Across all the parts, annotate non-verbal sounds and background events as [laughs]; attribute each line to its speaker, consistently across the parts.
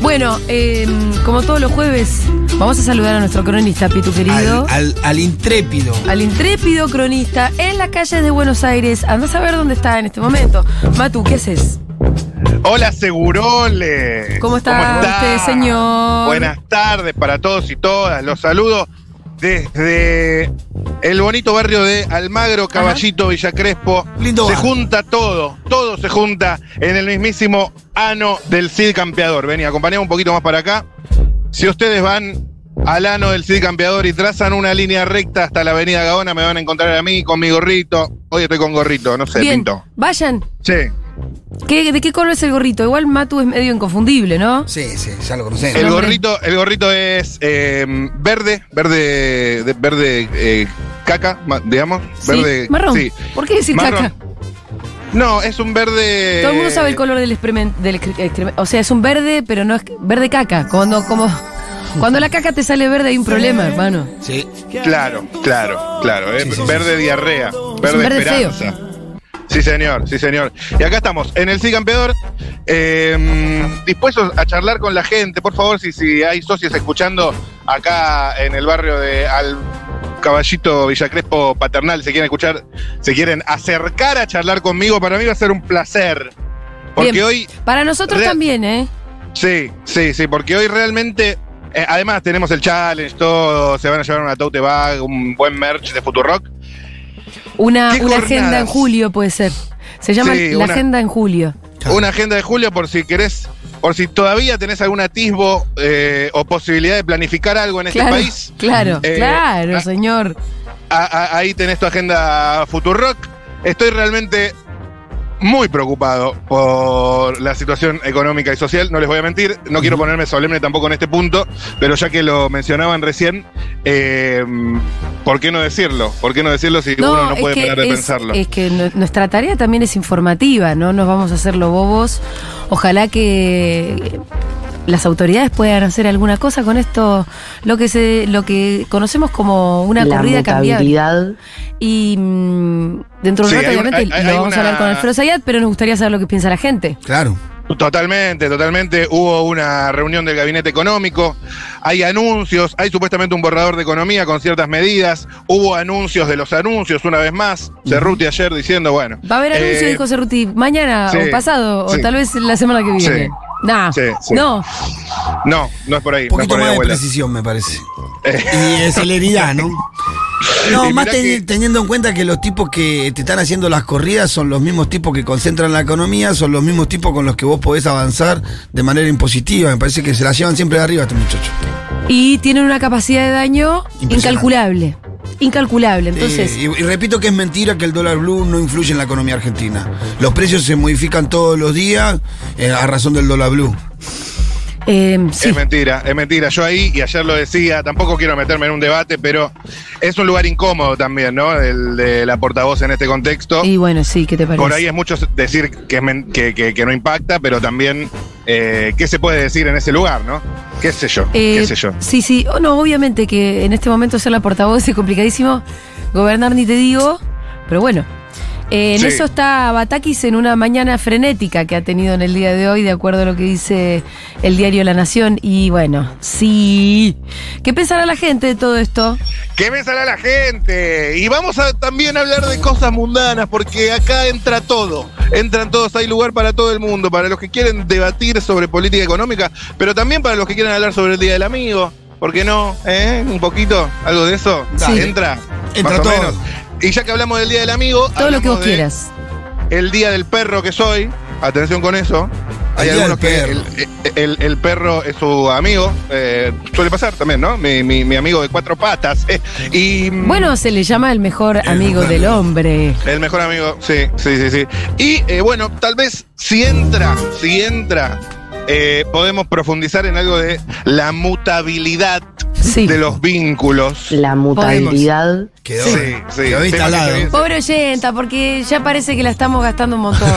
Speaker 1: Bueno, eh, como todos los jueves, vamos a saludar a nuestro cronista, Pitu querido.
Speaker 2: Al, al- al intrépido.
Speaker 1: Al intrépido cronista en las calles de Buenos Aires. Andás a ver dónde está en este momento. Matu, ¿qué haces?
Speaker 3: Hola, Segurole.
Speaker 1: ¿Cómo está usted, señor?
Speaker 3: Buenas tardes para todos y todas. Los saludo desde el bonito barrio de Almagro, Caballito, Villa Crespo.
Speaker 2: Lindo
Speaker 3: Se
Speaker 2: barrio.
Speaker 3: junta todo, todo se junta en el mismísimo ano del Cid Campeador. Vení, acompañame un poquito más para acá. Si ustedes van al ano del Cid Campeador y trazan una línea recta hasta la avenida Gaona, me van a encontrar a mí con mi gorrito. Hoy estoy con gorrito, no sé,
Speaker 1: Bien,
Speaker 3: pinto.
Speaker 1: vayan.
Speaker 3: Sí.
Speaker 1: ¿Qué- ¿De qué color es el gorrito? Igual Matu es medio inconfundible, ¿no?
Speaker 2: Sí, sí, ya lo conocen.
Speaker 3: El
Speaker 1: nombre?
Speaker 3: gorrito, el gorrito es eh, verde, verde, de- verde eh, caca, ma- digamos.
Speaker 1: Sí,
Speaker 3: Verde.
Speaker 1: marrón.
Speaker 3: Sí.
Speaker 1: ¿Por qué decir
Speaker 3: Marrón. eh,
Speaker 1: caca?
Speaker 3: No, es un verde.
Speaker 1: Todo el mundo sabe el color del excremento. o sea, es un verde, pero no es verde caca. Cuando, como, cuando la caca te sale verde hay un problema, hermano.
Speaker 2: Sí.
Speaker 3: Claro, claro, claro. es
Speaker 2: Sí, sí, sí.
Speaker 3: verde diarrea, verde,
Speaker 1: verde
Speaker 3: esperanza. Sí, señor, sí, señor. Y acá estamos, en el Sí Campeador, eh, dispuestos a charlar con la gente. Por favor, si, si hay socios escuchando acá en el barrio de Al Caballito Villacrespo Paternal, se quieren escuchar, se quieren acercar a charlar conmigo, para mí va a ser un placer. Porque
Speaker 1: Bien.
Speaker 3: hoy
Speaker 1: Para nosotros
Speaker 3: Real.
Speaker 1: también, ¿eh?
Speaker 3: Sí, sí, sí, porque hoy realmente. eh, además, tenemos el challenge, todo. Se van a llevar una tote bag, un buen merch de Futurock.
Speaker 1: Una,
Speaker 3: ¿Qué
Speaker 1: una
Speaker 3: jornadas?
Speaker 1: agenda en julio puede ser. Se llama
Speaker 3: Sí,
Speaker 1: la
Speaker 3: una-
Speaker 1: agenda en julio.
Speaker 2: Claro.
Speaker 3: Una agenda de julio, por si querés. Por si todavía tenés algún atisbo eh, o posibilidad de planificar algo en este
Speaker 1: claro,
Speaker 3: país.
Speaker 1: claro,
Speaker 3: Eh,
Speaker 1: claro,
Speaker 3: ah.
Speaker 1: señor.
Speaker 3: A- a- ahí tenés tu agenda Futurock. Estoy realmente muy preocupado por la situación económica y social, no les voy a mentir, no quiero ponerme solemne tampoco en este punto, pero ya que lo mencionaban recién, eh, ¿por qué no decirlo? ¿Por qué no decirlo si uno no puede parar de
Speaker 1: es,
Speaker 3: pensarlo?
Speaker 1: es que nu- nuestra tarea también es informativa, no nos vamos a hacer los bobos. Ojalá que las autoridades puedan hacer alguna cosa con esto, lo que se, lo que conocemos como una
Speaker 4: la
Speaker 1: corrida cambiada.
Speaker 4: mutabilidad.
Speaker 1: Y mm, dentro de un
Speaker 3: Sí,
Speaker 1: rato,
Speaker 3: hay un-
Speaker 1: obviamente,
Speaker 3: hay- hay
Speaker 1: lo vamos a
Speaker 3: una-
Speaker 1: hablar con Alfredo Zayat, pero nos gustaría saber lo que piensa la gente.
Speaker 2: Claro.
Speaker 3: Totalmente, totalmente. Hubo una reunión del gabinete económico, hay anuncios, hay supuestamente un borrador de economía con ciertas medidas, hubo anuncios de los anuncios una vez más, Cerruti ayer diciendo, bueno...
Speaker 1: Va a haber anuncio,
Speaker 3: eh,
Speaker 1: dijo Cerruti, mañana
Speaker 3: sí,
Speaker 1: o pasado, o
Speaker 3: sí.
Speaker 1: tal vez la semana que viene.
Speaker 3: Sí.
Speaker 1: Nah,
Speaker 3: Sí, sí.
Speaker 1: no,
Speaker 3: No, no es por ahí,
Speaker 2: Un
Speaker 3: no
Speaker 2: poquito
Speaker 3: es por
Speaker 2: más
Speaker 3: ahí,
Speaker 2: de
Speaker 3: abuela.
Speaker 2: precisión, me parece.
Speaker 3: Eh.
Speaker 2: Y de celeridad,
Speaker 3: [laughs]
Speaker 2: ¿no? No,
Speaker 3: Y
Speaker 2: más
Speaker 3: mirá
Speaker 2: teni-
Speaker 3: que-
Speaker 2: teniendo en cuenta que los tipos que te están haciendo las corridas son los mismos tipos que concentran la economía, son los mismos tipos con los que vos podés avanzar de manera impositiva. Me parece que se la llevan siempre de arriba a este muchacho.
Speaker 1: y tienen una capacidad de daño
Speaker 2: Impresionante.
Speaker 1: incalculable. Incalculable. Entonces,
Speaker 2: Eh, y, y repito que es mentira que el dólar blue no influye en la economía argentina. Los precios se modifican todos los días eh, a razón del dólar blue.
Speaker 1: eh, sí.
Speaker 3: Es mentira, es mentira. Yo ahí, y ayer lo decía, tampoco quiero meterme en un debate, pero es un lugar incómodo también, ¿no? El de la portavoz en este contexto.
Speaker 1: Y bueno, sí, ¿qué te parece?
Speaker 3: Por ahí es mucho decir que, es men- que, que- que no impacta, pero también, eh, ¿qué se puede decir en ese lugar, no? ¿Qué sé yo?
Speaker 1: Eh,
Speaker 3: ¿Qué sé yo?
Speaker 1: Sí, sí. Oh, no, obviamente que en este momento ser la portavoz es complicadísimo. Gobernar ni te digo, pero bueno. Eh, en
Speaker 3: Sí.
Speaker 1: eso está Batakis en una mañana frenética que ha tenido en el día de hoy, de acuerdo a lo que dice el diario La Nación. Y bueno, sí. ¿Qué pensará la gente de todo esto?
Speaker 3: ¿Qué me sale a la gente? Y vamos a también hablar de cosas mundanas, porque acá entra todo. Entran todos, hay lugar para todo el mundo, para los que quieren debatir sobre política económica, pero también para los que quieren hablar sobre el Día del Amigo. ¿Por qué no? ¿Eh? ¿Un poquito? ¿Algo de eso?
Speaker 1: Sí.
Speaker 3: Entra.
Speaker 2: Entra
Speaker 3: más o
Speaker 2: todo.
Speaker 3: menos. Y ya que hablamos del Día del Amigo.
Speaker 1: Todo lo que
Speaker 3: hablamos
Speaker 1: vos
Speaker 3: de
Speaker 1: quieras.
Speaker 3: El Día del Perro que soy. Atención con eso. Hay
Speaker 2: El Día
Speaker 3: algunos
Speaker 2: del
Speaker 3: que el, el- el perro es su amigo. eh, suele pasar también, ¿no? Mi, mi- mi amigo de cuatro patas. eh, y, mm,
Speaker 1: Bueno, se le llama el mejor amigo del hombre.
Speaker 3: el mejor amigo, sí, sí, sí, sí. Y eh, bueno, tal vez si entra, si entra, eh, podemos profundizar en algo de la mutabilidad
Speaker 1: Sí.
Speaker 3: de los vínculos.
Speaker 4: La mutabilidad.
Speaker 2: Quedó,
Speaker 3: Sí, sí.
Speaker 2: quedó
Speaker 3: Tema
Speaker 2: instalado.
Speaker 3: que se-
Speaker 1: Pobre oyenta, porque ya parece que la estamos gastando un montón.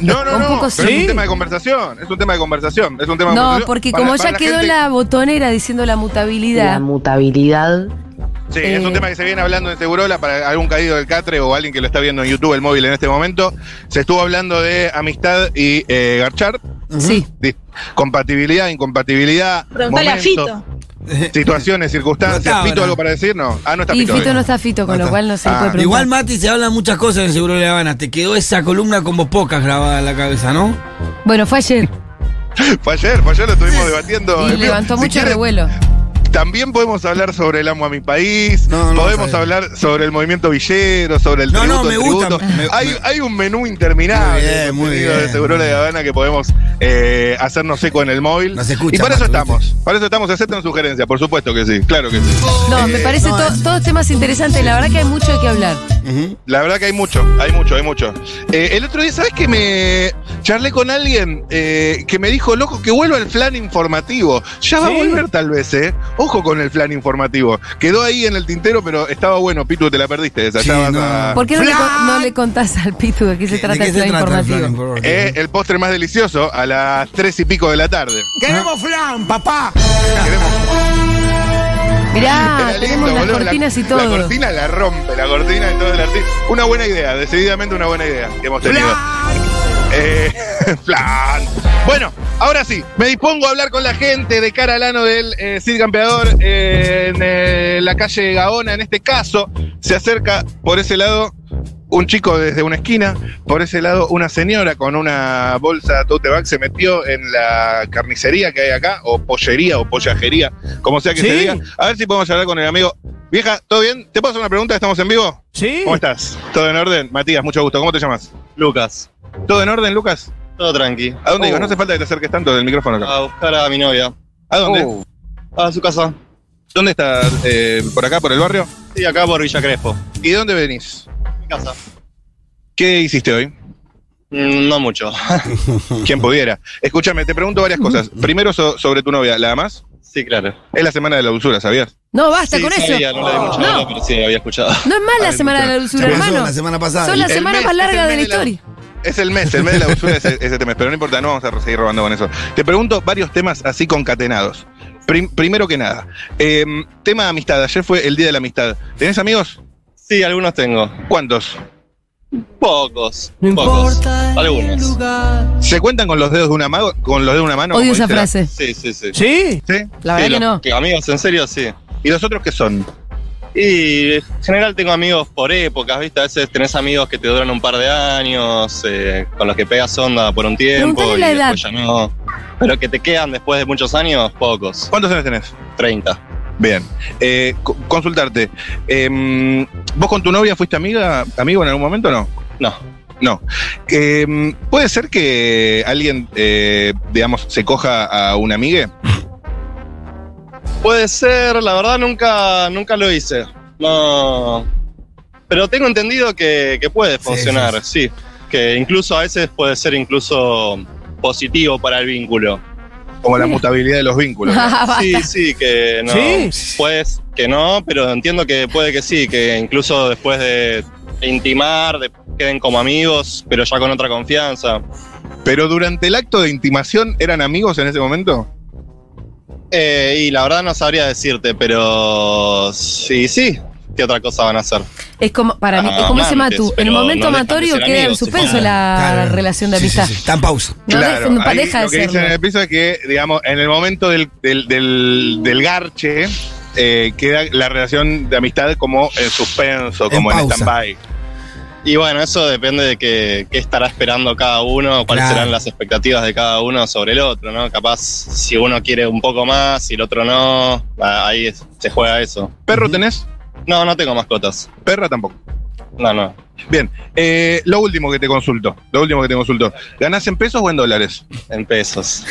Speaker 3: No, no,
Speaker 1: Un
Speaker 3: no.
Speaker 1: poco
Speaker 3: pero
Speaker 1: sí.
Speaker 3: Es un tema de conversación. Es un tema de conversación. Es un tema de
Speaker 1: No,
Speaker 3: conversación.
Speaker 1: porque
Speaker 3: Para-
Speaker 1: como
Speaker 3: para
Speaker 1: ya quedó
Speaker 3: gente-
Speaker 1: la botonera diciendo la mutabilidad,
Speaker 4: La mutabilidad.
Speaker 3: Sí, es
Speaker 1: eh,
Speaker 3: un tema que se viene hablando en Segurola para algún caído del Catre o alguien que lo está viendo en YouTube, el móvil en este momento. Se estuvo hablando de amistad y eh, garchar.
Speaker 1: sí.
Speaker 3: Di- Compatibilidad, incompatibilidad.
Speaker 5: Preguntale a Fito.
Speaker 3: momentos, Situaciones, circunstancias.
Speaker 2: No está
Speaker 3: ¿Fito
Speaker 2: ahora.
Speaker 3: algo para decir? No. Ah, no está
Speaker 1: Y
Speaker 3: Fito.
Speaker 1: Fito
Speaker 3: hoy.
Speaker 1: no está Fito, con
Speaker 2: No
Speaker 1: lo
Speaker 2: está.
Speaker 1: cual no se le
Speaker 3: Ah,
Speaker 1: puede preguntar.
Speaker 2: [laughs] Igual Mati se hablan muchas cosas en el Seguro de La Habana. Te quedó esa columna como pocas grabada en la cabeza, ¿no?
Speaker 1: Bueno, fue ayer
Speaker 3: Fue ayer, fue ayer lo estuvimos debatiendo.
Speaker 1: y
Speaker 3: en vivo.
Speaker 1: levantó
Speaker 3: Si
Speaker 1: mucho
Speaker 3: quieren,
Speaker 1: revuelo.
Speaker 3: También podemos hablar sobre el amo a mi país,
Speaker 2: No, no,
Speaker 3: podemos
Speaker 2: sabía.
Speaker 3: hablar sobre el movimiento villero, sobre el
Speaker 2: No,
Speaker 3: tributo,
Speaker 2: no, me
Speaker 3: el
Speaker 2: gusta,
Speaker 3: tributo.
Speaker 2: me-
Speaker 3: hay,
Speaker 2: me-
Speaker 3: hay un menú interminable
Speaker 2: Muy bien,
Speaker 3: de
Speaker 2: muy
Speaker 3: contenido
Speaker 2: bien.
Speaker 3: de Seguro de Habana que podemos eh, hacernos eco en el móvil.
Speaker 2: Nos escucha,
Speaker 3: y para eso
Speaker 2: Matu,
Speaker 3: estamos, para eso estamos, aceptan sugerencias, por supuesto que sí, claro que sí. Eh,
Speaker 1: No, me parece
Speaker 2: no,
Speaker 1: to-
Speaker 2: es-
Speaker 1: todos temas interesantes. La verdad que hay mucho de qué hablar.
Speaker 2: Ujú.
Speaker 3: La verdad que hay mucho, hay mucho, hay mucho. Eh, el otro día, ¿sabes que me charlé con alguien eh, que me dijo, loco, que vuelva el plan informativo? Ya va
Speaker 2: ¿Sí?
Speaker 3: a volver tal vez, ¿eh? Ojo con el plan informativo. Quedó ahí en el tintero, pero estaba bueno, Pitu, te la perdiste. esa,
Speaker 2: Sí,
Speaker 3: ya vas
Speaker 2: no.
Speaker 3: a-
Speaker 1: ¿Por qué no le, con- no le contás al Pitu de qué se
Speaker 2: ¿De
Speaker 1: trata
Speaker 2: qué
Speaker 1: el
Speaker 2: se
Speaker 1: plan
Speaker 2: trata el plan
Speaker 1: informativo?
Speaker 2: informativo?
Speaker 3: Eh, el postre más delicioso a las tres y pico de la tarde.
Speaker 2: ¡Queremos flan, papá!
Speaker 1: Mirá, Ah,
Speaker 3: Era lindo,
Speaker 1: tenemos las
Speaker 3: boludo, la-
Speaker 1: cortinas y
Speaker 3: La
Speaker 1: todo.
Speaker 3: cortina la rompe, la cortina y todo el artista. Una buena idea, decididamente una buena idea que hemos tenido. Eh, [laughs] plan. Bueno, ahora sí, me dispongo a hablar con la gente de cara al ano del eh, Cid Campeador eh, en eh, la calle Gaona. En este caso, se acerca por ese lado un chico desde una esquina, por ese lado una señora con una bolsa tote bag se metió en la carnicería que hay acá, o pollería o pollajería, como sea que
Speaker 6: Sí.
Speaker 3: se diga. A ver si podemos hablar con el amigo. Vieja, ¿todo bien? ¿Te puedo hacer una pregunta? ¿Estamos en vivo?
Speaker 6: ¿Sí?
Speaker 3: ¿Cómo estás? ¿Todo en orden? Matías, mucho gusto. ¿Cómo te llamas?
Speaker 7: Lucas,
Speaker 3: ¿Todo en orden, Lucas?
Speaker 7: todo tranqui.
Speaker 3: ¿A dónde
Speaker 7: Oh.
Speaker 3: ibas? No hace falta que te acerques tanto del micrófono. acá.
Speaker 7: A buscar a mi novia.
Speaker 3: ¿A dónde?
Speaker 1: Oh.
Speaker 7: A su casa.
Speaker 3: ¿Dónde estás? Eh, ¿Por acá, por el barrio?
Speaker 7: Sí, acá por Villa Crespo.
Speaker 3: ¿Y de dónde venís?
Speaker 7: Mi casa.
Speaker 3: ¿Qué hiciste hoy?
Speaker 7: Mm, No mucho. [laughs]
Speaker 3: Quien pudiera. Escúchame, te pregunto
Speaker 1: [laughs]
Speaker 3: varias cosas. Primero so- sobre tu novia, ¿la amas?
Speaker 7: Sí, claro.
Speaker 3: Es la semana de la dulzura, ¿sabías?
Speaker 1: No, basta
Speaker 7: Sí,
Speaker 1: con eso.
Speaker 7: sabía, no la di mucho
Speaker 1: No.
Speaker 7: bola, pero sí, había escuchado. [laughs]
Speaker 1: No es más la
Speaker 3: Ay,
Speaker 1: semana de la
Speaker 2: Se
Speaker 1: dulzura,
Speaker 2: pasó
Speaker 1: hermano.
Speaker 2: la semana pasada.
Speaker 1: Son la
Speaker 3: El
Speaker 1: semana
Speaker 3: mes
Speaker 1: más
Speaker 3: es el
Speaker 1: larga de
Speaker 3: Este mes
Speaker 1: la
Speaker 3: de la-
Speaker 1: historia.
Speaker 3: Es el mes, el mes de la dulzura es ese tema, pero no importa, no vamos a seguir robando con eso. Te pregunto varios temas así concatenados. Prim- primero que nada, em, tema amistad. Ayer fue el día de la amistad. ¿Tenés amigos?
Speaker 7: Sí, algunos tengo.
Speaker 3: ¿Cuántos?
Speaker 7: Pocos. pocos. Algunos.
Speaker 3: ¿Se cuentan con los dedos de una mano? Con los dedos de una mano.
Speaker 1: Odio
Speaker 3: como
Speaker 1: esa
Speaker 3: dice la-
Speaker 1: frase.
Speaker 7: Sí, sí, sí.
Speaker 6: ¿Sí?
Speaker 3: ¿Sí?
Speaker 1: La verdad
Speaker 7: Sí,
Speaker 1: que
Speaker 7: los-
Speaker 1: no. [laughs]
Speaker 7: amigos, en serio, sí.
Speaker 3: ¿Y los otros qué son?
Speaker 7: Y en general tengo amigos por épocas, ¿viste? A veces tenés amigos que te duran un par de años, eh, con los que pegas onda por un tiempo
Speaker 1: Preguntale
Speaker 7: y
Speaker 1: la
Speaker 7: después ya no. Pero que te quedan después de muchos años, pocos.
Speaker 3: ¿Cuántos años tenés?
Speaker 7: 30.
Speaker 3: Bien. Eh, co- consultarte. em, ¿Vos con tu novia fuiste amiga, amigo en algún momento o no?
Speaker 7: No.
Speaker 3: No. Em, ¿Puede ser que alguien, eh, digamos, se coja a un amigue?
Speaker 7: Puede ser, la verdad nunca, nunca lo hice. No. Pero tengo entendido que, que puede funcionar, sí, Que incluso a veces puede ser incluso positivo para el vínculo.
Speaker 3: Como la mutabilidad de los vínculos. ¿no?
Speaker 1: [laughs] Ah, basta.
Speaker 7: Sí, sí, que no.
Speaker 6: ¿Sí?
Speaker 7: Pues que no, pero entiendo que puede que sí, que incluso después de intimar, de- queden como amigos, pero ya con otra confianza.
Speaker 3: Pero durante el acto de intimación, ¿eran amigos en ese momento?
Speaker 7: Eh, y la verdad no sabría decirte, pero sí, sí. ¿Qué otra cosa van a hacer?
Speaker 1: Es como, para mí, es
Speaker 7: Ah,
Speaker 1: como ese
Speaker 7: amantes,
Speaker 1: Matú. En el
Speaker 7: pero
Speaker 1: momento
Speaker 7: no dejan de
Speaker 1: amatorio
Speaker 7: ser
Speaker 1: queda en
Speaker 7: amigos,
Speaker 1: suspenso
Speaker 7: supongo.
Speaker 1: la
Speaker 2: Claro.
Speaker 1: relación de
Speaker 2: Sí, sí,
Speaker 1: amistad.
Speaker 2: sí. Está en pausa.
Speaker 1: No deja, no
Speaker 3: ahí
Speaker 1: deja de
Speaker 3: lo que dicen en
Speaker 1: serlo.
Speaker 3: el piso es que, digamos, en el momento del, del, del- del garche eh, queda la relación de amistad como en suspenso,
Speaker 2: En
Speaker 3: como en,
Speaker 2: pausa.
Speaker 3: stand-by.
Speaker 7: Y bueno, eso depende de qué, qué estará esperando cada uno, cuáles
Speaker 2: Claro.
Speaker 7: serán las expectativas de cada uno sobre el otro, ¿no? Capaz si uno quiere un poco más y el otro no, ah, ahí es- se juega eso.
Speaker 3: ¿Perro
Speaker 2: Ujú.
Speaker 3: tenés?
Speaker 7: No, no tengo mascotas.
Speaker 3: Perra tampoco.
Speaker 7: No, no.
Speaker 3: Eh, lo último que te consulto, lo último que te consulto. ¿Ganás en pesos o en dólares?
Speaker 7: En pesos.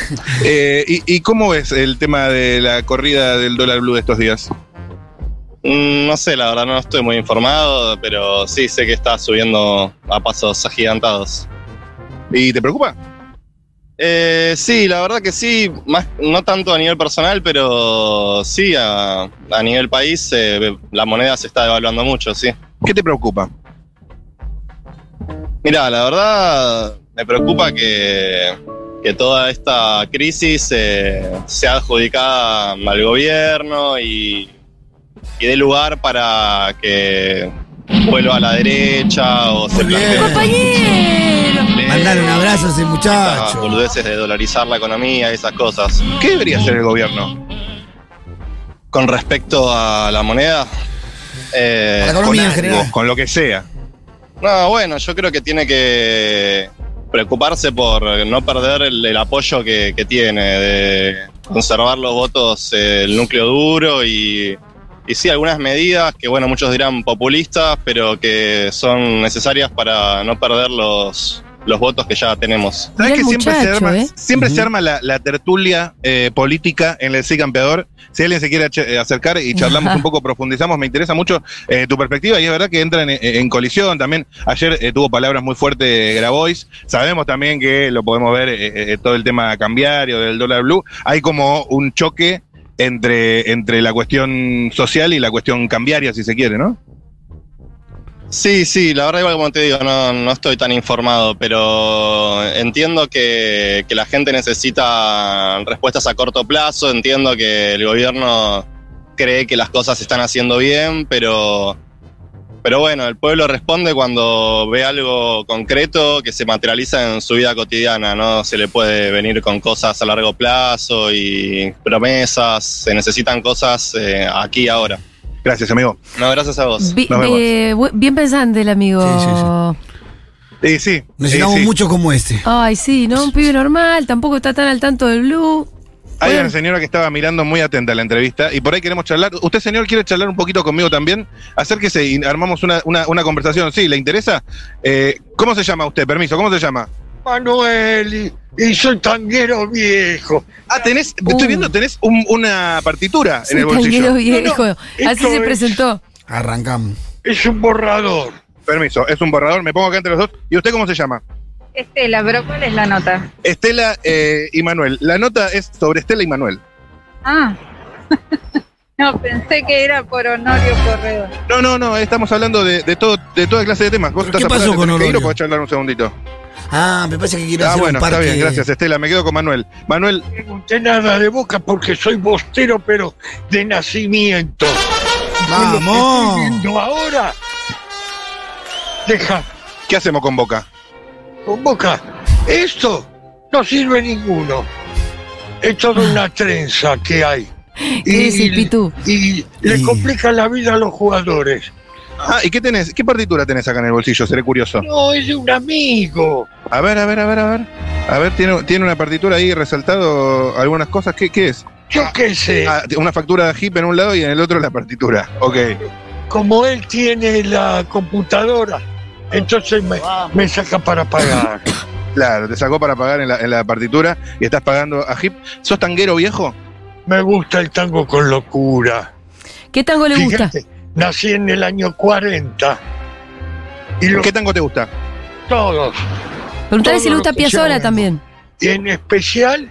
Speaker 3: Eh, y, y cómo ves el tema de la corrida del dólar blue de estos días?
Speaker 7: Mm, No sé, la verdad no estoy muy informado, pero sí sé que está subiendo a pasos agigantados.
Speaker 3: ¿Y te preocupa?
Speaker 7: Eh, sí, la verdad que sí, más, no tanto a nivel personal, pero sí, a, a nivel país eh, la moneda se está devaluando mucho, sí.
Speaker 3: ¿Qué te preocupa?
Speaker 7: Mira, la verdad me preocupa que, que toda esta crisis eh, sea adjudicada al gobierno y, y dé lugar para que vuelva a la derecha o se
Speaker 2: Muy bien.
Speaker 7: plantee
Speaker 1: Compañero.
Speaker 7: una
Speaker 2: Andá Claro, un abrazo a ese
Speaker 3: Ah,
Speaker 7: Esas
Speaker 2: muchacho.
Speaker 7: boludeces de dolarizar la economía y esas cosas. ¿Qué debería hacer el gobierno con respecto a la moneda? Eh,
Speaker 2: A la economía
Speaker 7: con
Speaker 2: en
Speaker 7: algo,
Speaker 2: general.
Speaker 7: Con lo que sea. No, bueno, yo creo que tiene que preocuparse por no perder el, el apoyo que, que tiene, de conservar los votos, eh, el núcleo duro y, y sí, algunas medidas que, bueno, muchos dirán populistas, pero que son necesarias para no perder los, los votos que ya tenemos.
Speaker 1: Mirá
Speaker 3: ¿Sabes que
Speaker 1: el
Speaker 3: siempre se
Speaker 1: muchacho,
Speaker 3: arma,
Speaker 1: ¿eh?
Speaker 3: siempre se
Speaker 2: Ujú.
Speaker 3: arma la, la tertulia eh, política en el Sí Campeador? Si alguien se quiere ach- eh, acercar y charlamos un poco, profundizamos, me interesa mucho eh, tu perspectiva y es verdad que entran en, eh, en colisión también. Ayer eh, tuvo palabras muy fuertes Grabois. Sabemos también que lo podemos ver eh, eh, todo el tema cambiario del dólar blue. Hay como un choque entre, entre la cuestión social y la cuestión cambiaria, si se quiere, ¿no?
Speaker 7: Sí, sí, la verdad, igual como te digo, no, no estoy tan informado, pero entiendo que, que la gente necesita respuestas a corto plazo, entiendo que el gobierno cree que las cosas se están haciendo bien, pero, pero bueno, el pueblo responde cuando ve algo concreto que se materializa en su vida cotidiana, ¿no? Se le puede venir con cosas a largo plazo y promesas, se necesitan cosas eh, aquí y ahora.
Speaker 3: Gracias, amigo.
Speaker 7: No, gracias a vos.
Speaker 1: Bi-
Speaker 3: Nos vemos.
Speaker 1: eh, bu- bien pensante el amigo.
Speaker 2: Sí, sí,
Speaker 3: Y Eh, sí,
Speaker 2: Necesitamos
Speaker 3: y sí.
Speaker 2: mucho como este.
Speaker 1: Ay, sí, ¿no? Un pibe normal, tampoco está tan al tanto del blue.
Speaker 3: Hay
Speaker 1: Bueno.
Speaker 3: una señora que estaba mirando muy atenta la entrevista y por ahí queremos charlar. ¿Usted, señor, quiere charlar un poquito conmigo también? Acérquese y armamos una, una- una conversación. Sí, ¿le interesa? Eh, ¿Cómo se llama usted? Permiso, ¿cómo se llama?
Speaker 5: Manuel, y, y soy tanguero viejo.
Speaker 3: Ah, tenés,
Speaker 1: Uh.
Speaker 3: estoy viendo, tenés un- una partitura en el
Speaker 1: Soy tanguero
Speaker 3: bolsillo.
Speaker 1: viejo.
Speaker 5: No, no,
Speaker 1: Así
Speaker 5: esto
Speaker 1: se
Speaker 5: es-
Speaker 1: presentó.
Speaker 2: Arrancamos.
Speaker 5: Es un borrador.
Speaker 3: Permiso, es un borrador, me pongo acá entre los dos. ¿Y usted cómo se llama?
Speaker 6: Estela, pero ¿cuál es Este, la nota?
Speaker 3: Estela eh, y Manuel. La nota es sobre Estela y Manuel.
Speaker 6: Ah, [laughs] no, pensé que era por Honorio Corredor.
Speaker 3: No, no, no, estamos hablando de, de todo, de toda clase de temas. ¿Vos
Speaker 2: ¿Pero qué
Speaker 3: estás
Speaker 2: pasó
Speaker 3: apurado?
Speaker 2: con
Speaker 3: ¿Tenés que ir o
Speaker 2: Honorio?
Speaker 3: podés charlar un segundito?
Speaker 2: Ah, me parece que quiere
Speaker 3: Ah,
Speaker 2: hacer
Speaker 3: bueno,
Speaker 2: un parque.
Speaker 3: está bien, gracias Estela. Me quedo con Manuel. Manuel,
Speaker 5: No pregunté nada de boca porque soy bostero, pero de nacimiento. Con lo que
Speaker 2: Vamos.
Speaker 5: estoy viendo ahora. Deja,
Speaker 3: ¿Qué hacemos con Boca?
Speaker 5: con boca. Esto no sirve ninguno. Es toda una trenza que hay.
Speaker 1: ¿Qué decís, Pitu?
Speaker 5: y le
Speaker 2: Y-
Speaker 5: complica la vida a los jugadores.
Speaker 3: Ah, ¿y qué tenés? ¿Qué partitura tenés acá en el bolsillo? Seré curioso.
Speaker 5: No, es de un amigo.
Speaker 3: A ver, a ver, a ver, a ver. A ver, tiene, tiene una partitura ahí resaltado algunas cosas. ¿Qué, qué es?
Speaker 5: Yo qué sé.
Speaker 3: Ah, una factura de HIP en un lado y en el otro la partitura. Ok.
Speaker 5: como él tiene la computadora, entonces me, me saca para pagar.
Speaker 3: Claro, te sacó para pagar en la, en la partitura y estás pagando a HIP. ¿Sos tanguero viejo?
Speaker 5: Me gusta el tango con locura.
Speaker 1: ¿Qué tango le gusta?
Speaker 5: Fíjate, nací en el año 40 y los
Speaker 3: ¿Qué tango te gusta?
Speaker 5: todos,
Speaker 1: Preguntale si
Speaker 5: todo
Speaker 1: le gusta
Speaker 5: lo que yo
Speaker 1: Piazzolla
Speaker 5: hago.
Speaker 1: también.
Speaker 5: y en especial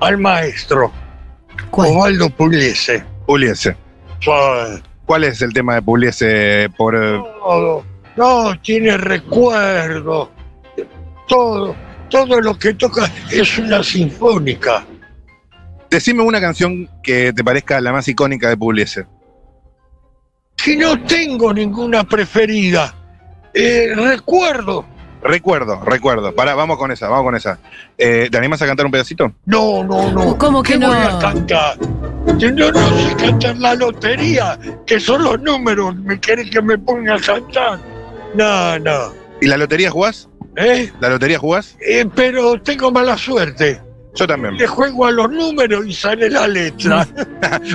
Speaker 5: al maestro
Speaker 1: ¿Cuál?
Speaker 5: Osvaldo Pugliese.
Speaker 3: Puliese.
Speaker 5: Todo,
Speaker 3: ¿Cuál es el tema de Puliese por eh,
Speaker 5: todo. no, tiene recuerdo, todo, todo lo que toca es una sinfónica.
Speaker 3: Decime una canción que te parezca la más icónica de Puliese.
Speaker 5: que no tengo ninguna preferida. Eh, recuerdo.
Speaker 3: Recuerdo, recuerdo. Pará, vamos con esa, vamos con esa. Eh, ¿Te animas a cantar un pedacito?
Speaker 5: No, no, no.
Speaker 1: ¿Cómo que
Speaker 5: ¿Qué
Speaker 1: no?
Speaker 5: voy a cantar? Yo no, no sé cantar la lotería, que son los números. ¿Me querés que me ponga a cantar? No, no.
Speaker 3: ¿Y la lotería jugás?
Speaker 5: ¿Eh?
Speaker 3: ¿La lotería jugás?
Speaker 5: Eh, pero tengo mala suerte.
Speaker 3: Yo también.
Speaker 5: Le juego a los números y sale
Speaker 1: [laughs]
Speaker 5: la letra.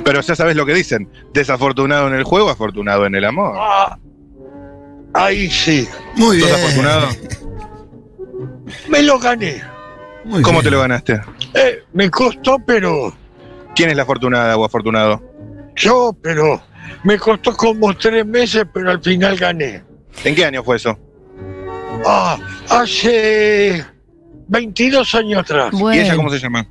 Speaker 3: Pero ya sabes lo que dicen. Desafortunado en el juego, afortunado en el amor.
Speaker 5: Ah, ahí sí.
Speaker 2: Muy
Speaker 3: ¿Sos
Speaker 2: bien.
Speaker 3: afortunado?
Speaker 5: Me lo gané.
Speaker 2: Muy
Speaker 3: ¿Cómo
Speaker 2: bien.
Speaker 3: te lo ganaste?
Speaker 5: Eh, me costó, pero
Speaker 3: ¿Quién es la afortunada o afortunado?
Speaker 5: yo, pero me costó como tres meses, pero al final gané.
Speaker 3: ¿En qué año fue eso?
Speaker 5: Ah, hace 22 años atrás.
Speaker 3: ¿Y ella cómo
Speaker 1: Bueno.
Speaker 3: se llama?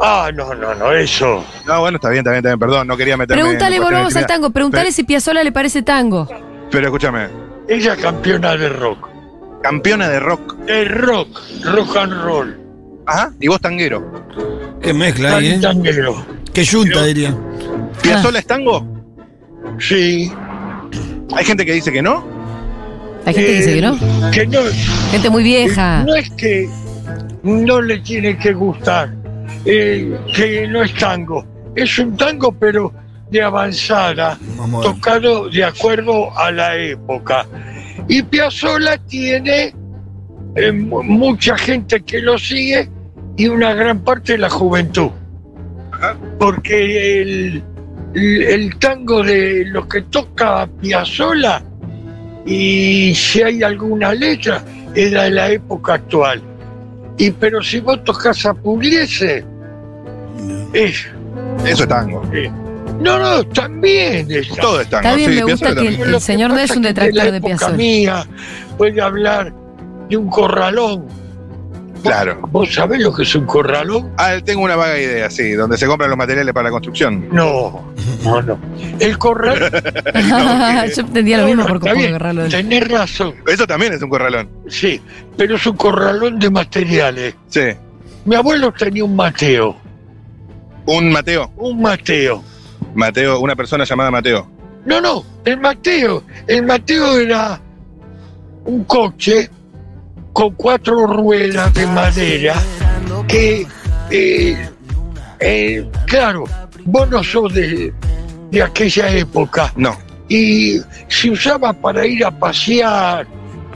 Speaker 5: Ah, no, no, no, eso.
Speaker 3: No, bueno, está bien, está bien, está bien. Perdón, no quería meterme. en
Speaker 1: Pregúntale,
Speaker 3: cuestiones
Speaker 1: volvamos al
Speaker 3: de
Speaker 1: tango. Preguntale si Piazzolla le parece tango.
Speaker 3: intimidad. Pero escúchame.
Speaker 5: Ella campeona de rock.
Speaker 3: Campeona de rock.
Speaker 5: De rock, rock and roll.
Speaker 3: Ajá. Y vos tanguero.
Speaker 2: Qué mezcla ahí,
Speaker 5: Tan-
Speaker 2: ¿eh?
Speaker 5: tanguero.
Speaker 2: Qué yunta, diría.
Speaker 1: Ah.
Speaker 3: ¿Piazzola es tango?
Speaker 5: Sí,
Speaker 3: Hay gente que dice que no.
Speaker 1: Hay gente que dice que no.
Speaker 5: Eh, Que no, eh,
Speaker 1: Gente muy vieja.
Speaker 5: No es que no le tiene que gustar, eh, que no es tango. Es un tango, pero de avanzada,
Speaker 2: Más moderno.
Speaker 5: tocado de acuerdo a la época. Y Piazzolla tiene eh, mu- mucha gente que lo sigue y una gran parte de la juventud. Porque el, el- el tango de lo que toca Piazzolla y si hay alguna letra era de la época actual. Y pero si vos tocas a Pugliese, es-
Speaker 3: Eso es tango.
Speaker 5: no, no, también es
Speaker 3: Todo es tango.
Speaker 1: Está bien,
Speaker 3: sí,
Speaker 1: me gusta
Speaker 3: Piazzolla
Speaker 1: que
Speaker 3: también.
Speaker 1: el señor no es un detractor de Piazzolla.
Speaker 5: Piazzolla. mía puede hablar de un corralón.
Speaker 3: Claro.
Speaker 5: ¿Vos sabés lo que es un corralón?
Speaker 3: Ah, tengo una vaga idea, sí, donde se compran los materiales para la construcción.
Speaker 5: No, no, no. El corralón.
Speaker 1: [laughs] Yo entendía lo mismo por
Speaker 5: Está bien,
Speaker 1: cómo agarrarlo.
Speaker 5: Tenés razón,
Speaker 3: Eso también es un corralón.
Speaker 5: sí, pero es un corralón de materiales.
Speaker 3: Sí.
Speaker 5: Mi abuelo tenía un Mateo,
Speaker 3: Un Mateo.
Speaker 5: un Mateo.
Speaker 3: Mateo, una persona llamada Mateo.
Speaker 5: No, no, el Mateo. El Mateo era un coche con cuatro ruedas de madera que, eh, eh, claro, vos no sos de, de aquella época
Speaker 3: No.
Speaker 5: y se usaba para ir a pasear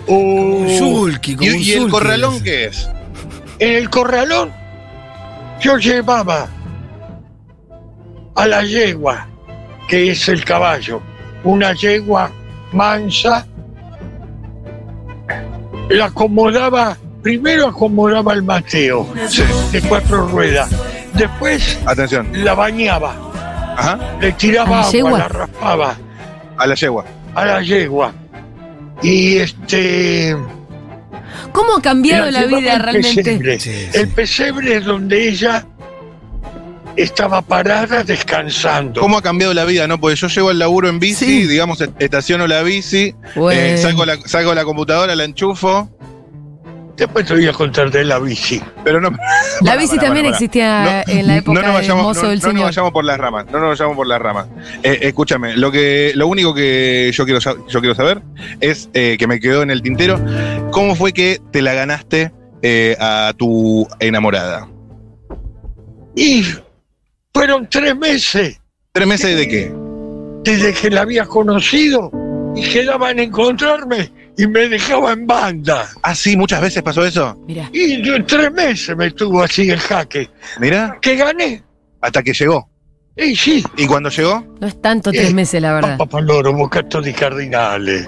Speaker 5: o
Speaker 2: Un sulky, Uh, como un
Speaker 3: ¿Y, y el
Speaker 2: sulky.
Speaker 3: corralón qué es?
Speaker 5: en el corralón. Yo llevaba a la yegua, que es el caballo, una yegua mansa, la acomodaba, primero acomodaba el mateo
Speaker 3: Sí.
Speaker 5: de cuatro ruedas, después
Speaker 3: Atención.
Speaker 5: la bañaba,
Speaker 3: Ajá.
Speaker 5: le
Speaker 1: ¿A
Speaker 5: tiraba
Speaker 1: la
Speaker 5: agua,
Speaker 1: yegua?
Speaker 5: la raspaba
Speaker 3: A la yegua.
Speaker 5: a la yegua. Y este.
Speaker 1: ¿Cómo ha cambiado la
Speaker 5: llevaba
Speaker 1: vida
Speaker 5: al
Speaker 1: realmente?
Speaker 5: pesebre.
Speaker 2: Sí, sí.
Speaker 5: El pesebre es donde ella estaba parada descansando.
Speaker 3: ¿Cómo ha cambiado la vida? No, porque yo llego al laburo en bici,
Speaker 1: Sí.
Speaker 3: digamos, est- estaciono la bici, eh,
Speaker 1: Bueno.
Speaker 3: saco, la, saco la computadora, la enchufo,
Speaker 5: Después te voy a contar de la bici.
Speaker 3: pero no. [laughs]
Speaker 1: La bici
Speaker 3: Pará, pará,
Speaker 1: también
Speaker 3: pará.
Speaker 1: existía en la época
Speaker 3: no nos
Speaker 1: del
Speaker 3: vayamos,
Speaker 1: mozo
Speaker 3: no-
Speaker 1: del
Speaker 3: no nos
Speaker 1: señor.
Speaker 3: vayamos por las ramas, no nos vayamos por las ramas. Eh, escúchame, lo que, lo único que yo quiero, sa- yo quiero saber es eh, que me quedó en el tintero, ¿cómo fue que te la ganaste eh, a tu enamorada?
Speaker 5: Y fueron tres meses
Speaker 3: ¿Tres meses de qué?
Speaker 5: desde que la había conocido y quedaban a encontrarme y me dejaba en banda.
Speaker 3: Ah, sí, muchas veces pasó eso.
Speaker 1: Mirá.
Speaker 5: Y yo- tres meses me estuvo así el jaque.
Speaker 3: Mirá,
Speaker 5: ¿Qué gané?
Speaker 3: hasta que llegó.
Speaker 5: Y sí,
Speaker 3: ¿Y cuando llegó?
Speaker 1: No es tanto tres
Speaker 5: Eh,
Speaker 1: meses, la
Speaker 3: oh,
Speaker 1: verdad.
Speaker 5: Papá Paloro, Bocato di Cardinale.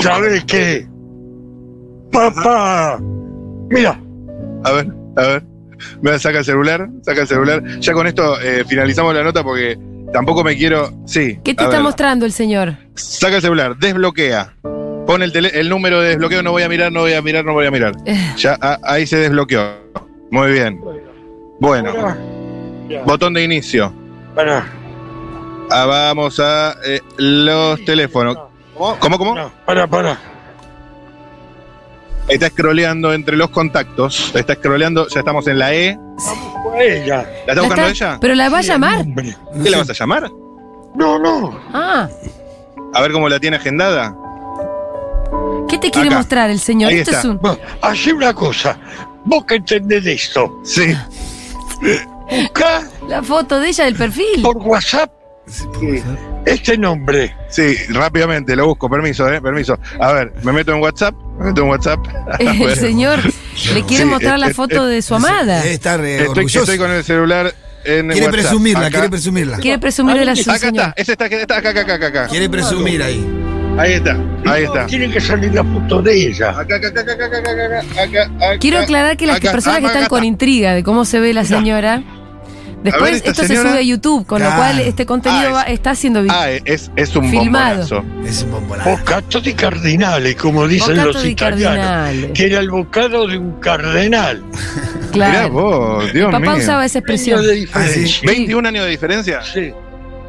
Speaker 5: ¿Sabes qué? Papá, mira,
Speaker 3: A ver, a ver. Mira, saca el celular, saca el celular. Ya con esto eh, finalizamos la nota porque tampoco me quiero. Sí.
Speaker 1: ¿Qué te
Speaker 3: oh. a
Speaker 1: está
Speaker 3: ver.
Speaker 1: mostrando el señor?
Speaker 3: Saca el celular, desbloquea. Pon el, tele- el número de desbloqueo, no voy a mirar, no voy a mirar, no voy a mirar. Ya a- ahí se desbloqueó. Muy bien. Bueno,
Speaker 5: Ahora, ya,
Speaker 3: botón de inicio.
Speaker 5: Pará.
Speaker 3: Ah, vamos a eh, los teléfonos. ¿Cómo, cómo?
Speaker 5: No, pará, pará.
Speaker 3: Está scrolleando entre los contactos. Está scrolleando, ya estamos en la E.
Speaker 5: Fue ella.
Speaker 3: ¿La está
Speaker 1: La
Speaker 3: buscando
Speaker 1: está-
Speaker 3: ella?
Speaker 1: ¿Pero la va a
Speaker 5: Sí,
Speaker 1: llamar?
Speaker 5: hombre.
Speaker 3: ¿Qué la vas a llamar?
Speaker 5: No, no.
Speaker 1: Ah,
Speaker 3: A ver cómo la tiene agendada.
Speaker 1: ¿qué te quiere
Speaker 3: Acá.
Speaker 1: mostrar el señor?
Speaker 3: Ahí
Speaker 1: Esto
Speaker 3: está.
Speaker 1: es un...
Speaker 5: Bueno, Hacé una cosa. Vos que entendés de esto.
Speaker 3: Sí.
Speaker 5: Buscá
Speaker 1: La foto de ella del
Speaker 3: [laughs]
Speaker 1: perfil.
Speaker 5: por WhatsApp este nombre.
Speaker 3: Sí, rápidamente, lo busco, permiso, eh, permiso. A ver, me meto en WhatsApp, me meto en WhatsApp. A
Speaker 1: El
Speaker 3: ver.
Speaker 1: señor le quiere
Speaker 3: Sí,
Speaker 1: mostrar la
Speaker 3: eh,
Speaker 1: foto de su amada.
Speaker 2: Debe estar eh,
Speaker 3: Estoy,
Speaker 2: orgulloso.
Speaker 3: estoy con el celular en
Speaker 2: Quiere
Speaker 3: WhatsApp.
Speaker 2: presumirla,
Speaker 3: Acá.
Speaker 2: quiere presumirla.
Speaker 1: Quiere presumir de la
Speaker 5: Ahí
Speaker 1: su
Speaker 3: Acá
Speaker 1: señor.
Speaker 3: está, ese está, está acá, acá, acá, acá.
Speaker 2: Quiere presumir ahí.
Speaker 3: Ahí está, ahí
Speaker 5: No,
Speaker 3: está.
Speaker 5: Tiene que salir la foto de ella.
Speaker 3: Acá, acá, acá, acá, acá, acá, acá, acá, acá.
Speaker 1: Quiero aclarar que las que-
Speaker 3: Eh, Acá.
Speaker 1: personas que
Speaker 3: Ah,
Speaker 1: están
Speaker 3: acá
Speaker 1: con
Speaker 3: está.
Speaker 1: intriga de cómo se ve la señora, después
Speaker 3: ver, esta
Speaker 1: esto se
Speaker 3: señora-
Speaker 1: sube a YouTube, con lo
Speaker 2: Claro.
Speaker 1: cual este contenido
Speaker 3: Ah,
Speaker 1: va- está siendo visto.
Speaker 3: Ah, es, es un
Speaker 1: Filmado.
Speaker 3: bombonazo.
Speaker 2: Es un bombonazo.
Speaker 5: Bocato di Cardinale, como dicen los
Speaker 1: de
Speaker 5: italianos.
Speaker 1: cardinal.
Speaker 5: Que era el bocado de un cardenal.
Speaker 3: Mirá
Speaker 1: Claro.
Speaker 3: vos, Dios
Speaker 1: Papá
Speaker 3: mío.
Speaker 1: usaba esa
Speaker 5: Años
Speaker 1: expresión.
Speaker 5: de diferencia.
Speaker 3: 21 años de diferencia.
Speaker 5: Sí.
Speaker 3: Ah,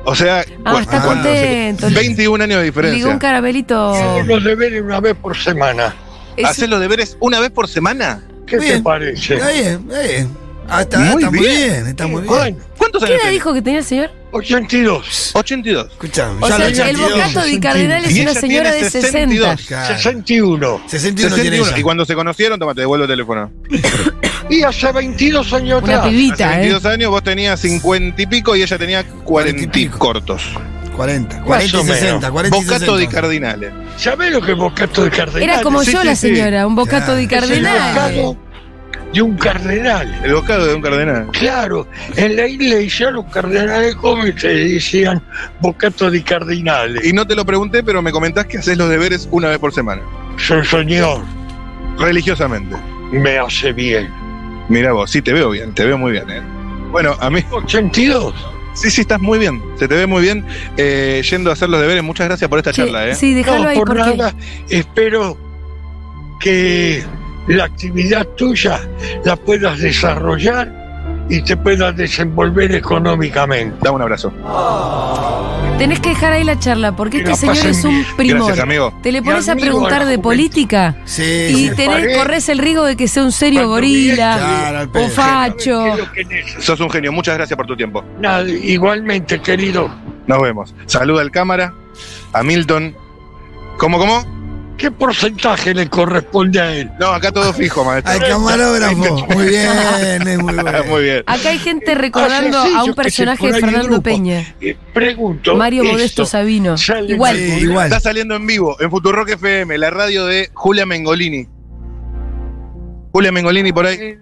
Speaker 3: O sea,
Speaker 1: Ah,
Speaker 3: cu-
Speaker 1: está
Speaker 2: Ah,
Speaker 3: cuando-
Speaker 1: contento.
Speaker 3: 21 años de
Speaker 1: Ligó un
Speaker 3: diferencia.
Speaker 1: carabelito.
Speaker 5: Hacemos los deberes una vez por semana.
Speaker 1: Es-
Speaker 3: ¿Hacer los deberes una vez por semana?
Speaker 5: ¿Qué te
Speaker 2: Bien.
Speaker 5: parece?
Speaker 2: Está bien, está bien. Ah, está,
Speaker 3: Muy
Speaker 2: está muy
Speaker 3: bien.
Speaker 2: bien, está muy bien.
Speaker 5: Bueno,
Speaker 3: ¿Cuántos
Speaker 1: ¿Qué
Speaker 3: años
Speaker 1: edad
Speaker 3: tenés?
Speaker 1: dijo que tenía el señor?
Speaker 5: 82.
Speaker 7: 82.
Speaker 2: Escuchame,
Speaker 1: O sea,
Speaker 2: ya lo
Speaker 1: el, el
Speaker 2: 82.
Speaker 1: bocato de Cardenal es
Speaker 7: Y
Speaker 1: una
Speaker 7: ella
Speaker 1: señora
Speaker 7: tiene
Speaker 1: de 60.
Speaker 7: 62.
Speaker 2: Claro.
Speaker 5: 61.
Speaker 2: 61 tiene
Speaker 3: 61.
Speaker 2: ella.
Speaker 3: Y cuando se conocieron, toma, te devuelvo el teléfono.
Speaker 5: Y hace 22 años
Speaker 1: Una
Speaker 5: atrás.
Speaker 3: Hace
Speaker 1: pibita, ¿eh?
Speaker 3: 22 años vos tenías 50 y pico y ella tenía 40 y
Speaker 2: pico.
Speaker 3: cortos.
Speaker 2: 40, 40 y
Speaker 5: o menos.
Speaker 2: 60, 40 y 60.
Speaker 3: Bocato de Cardinales.
Speaker 5: ¿Sabés lo que es bocato de cardenal?
Speaker 1: Era como
Speaker 3: Sí,
Speaker 1: yo
Speaker 3: sí,
Speaker 1: la
Speaker 3: sí.
Speaker 1: señora, un bocato de
Speaker 5: Es el
Speaker 1: Cardenal.
Speaker 5: bocado de un cardenal.
Speaker 3: El bocado de un cardenal.
Speaker 5: Claro, en la iglesia los cardenales comen se decían bocato de cardenales.
Speaker 3: Y no te lo pregunté, pero me comentás que haces los deberes una vez por semana.
Speaker 5: Soy señor,
Speaker 3: Religiosamente.
Speaker 5: me hace bien.
Speaker 3: Mira vos, sí, te veo bien, te veo muy bien. eh. Bueno, a mí [laughs]
Speaker 5: 82.
Speaker 3: Sí, sí, estás muy bien. Se te ve muy bien eh, yendo a hacer los deberes. Muchas gracias por esta
Speaker 1: Sí,
Speaker 3: charla, ¿eh?
Speaker 1: sí, déjalo
Speaker 5: no,
Speaker 1: ahí
Speaker 5: por
Speaker 1: porque.
Speaker 5: nada, espero que la actividad tuya la puedas desarrollar y te puedas desenvolver económicamente.
Speaker 3: Dame un abrazo.
Speaker 1: Tenés que dejar ahí la charla, porque
Speaker 5: Que
Speaker 1: este
Speaker 5: la
Speaker 1: señor
Speaker 5: pasen
Speaker 1: es un
Speaker 5: bien.
Speaker 1: primor.
Speaker 3: Gracias, amigo.
Speaker 1: Te le
Speaker 5: Mi
Speaker 1: pones a
Speaker 5: amigo,
Speaker 1: preguntar
Speaker 5: la
Speaker 1: de
Speaker 5: juventud.
Speaker 1: política
Speaker 2: Sí,
Speaker 1: y
Speaker 2: sí.
Speaker 1: tenés-
Speaker 5: Paré.
Speaker 1: corres el riesgo de que sea un serio
Speaker 5: Cuando
Speaker 2: Claro,
Speaker 1: gorila
Speaker 2: al pedo.
Speaker 1: o facho.
Speaker 5: ¿Qué es lo que neces-
Speaker 3: Sos un genio. Muchas gracias por tu tiempo.
Speaker 5: Nada, igualmente, querido.
Speaker 3: Nos vemos. Saluda al cámara, a Milton. ¿Cómo, cómo?
Speaker 5: ¿Qué porcentaje le corresponde a él?
Speaker 3: No, acá todo fijo, maestro.
Speaker 2: Al camarógrafo. Muy bien, es muy bueno.
Speaker 3: [laughs] Muy bien.
Speaker 1: Acá hay gente recordando
Speaker 5: Ah, sí, sí,
Speaker 1: a
Speaker 5: yo
Speaker 1: un
Speaker 5: que sé,
Speaker 1: personaje
Speaker 5: por
Speaker 1: de
Speaker 5: ahí el
Speaker 1: Fernando
Speaker 5: grupo.
Speaker 1: Peña,
Speaker 5: Eh, pregunto.
Speaker 1: Mario Modesto
Speaker 5: esto.
Speaker 1: Sabino.
Speaker 5: Sale
Speaker 1: Igual.
Speaker 5: en
Speaker 2: Sí,
Speaker 5: algún-
Speaker 2: igual.
Speaker 3: Está saliendo en vivo en Futurock FM, la radio de Julia Mengolini. Julia Mengolini por ahí.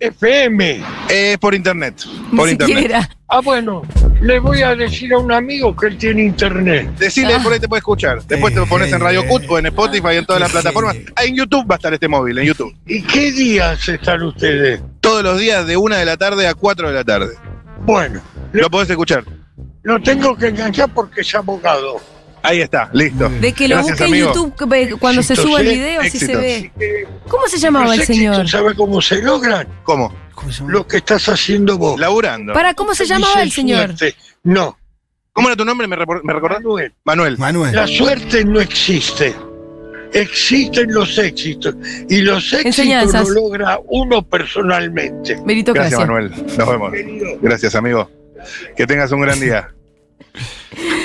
Speaker 5: FM.
Speaker 3: Es por internet.
Speaker 1: Ni
Speaker 3: Por internet.
Speaker 1: siquiera.
Speaker 5: Ah, bueno, le voy a decir a un amigo que él tiene internet.
Speaker 3: Decile,
Speaker 1: Ah.
Speaker 3: por ahí te puede escuchar. Después te
Speaker 2: Qué
Speaker 3: pones en
Speaker 2: genio,
Speaker 3: Radio Cut
Speaker 2: eh.
Speaker 3: o en Spotify, en todas
Speaker 2: Qué
Speaker 3: las plataformas.
Speaker 2: genio.
Speaker 3: Ah, en YouTube va a estar este móvil, en YouTube.
Speaker 5: ¿Y qué días están ustedes?
Speaker 3: Todos los días de una de la tarde a 4 de la tarde.
Speaker 5: Bueno,
Speaker 3: Lo podés escuchar.
Speaker 5: lo tengo que enganchar porque es abogado.
Speaker 3: Ahí está, listo.
Speaker 1: De que lo
Speaker 3: Gracias,
Speaker 1: busque en
Speaker 3: amigo.
Speaker 1: YouTube que ve- cuando se
Speaker 5: Éxitos,
Speaker 1: suba el
Speaker 5: ¿eh?
Speaker 1: video, así se
Speaker 3: Éxitos.
Speaker 1: ve.
Speaker 5: Eh,
Speaker 1: ¿Cómo se llamaba
Speaker 5: los
Speaker 1: el
Speaker 5: éxitos,
Speaker 1: señor?
Speaker 5: ¿Sabe cómo se logran?
Speaker 3: ¿Cómo?
Speaker 2: ¿Cómo se llama?
Speaker 5: Lo que estás haciendo vos.
Speaker 3: Laburando.
Speaker 1: Para, ¿cómo se
Speaker 5: Dice
Speaker 1: llamaba el señor?
Speaker 5: suerte. No,
Speaker 3: ¿Cómo era tu nombre? ¿Me, repor- me recordás?
Speaker 5: Manuel,
Speaker 3: Manuel.
Speaker 2: Manuel.
Speaker 5: la suerte no existe. Existen los éxitos. Y los éxitos
Speaker 1: Enseñanzas.
Speaker 5: lo logra uno personalmente.
Speaker 3: Gracias,
Speaker 1: Meritocracia.
Speaker 3: Manuel. Nos vemos.
Speaker 5: Querido.
Speaker 3: Gracias, amigo. Que tengas un
Speaker 2: [laughs]
Speaker 3: gran día.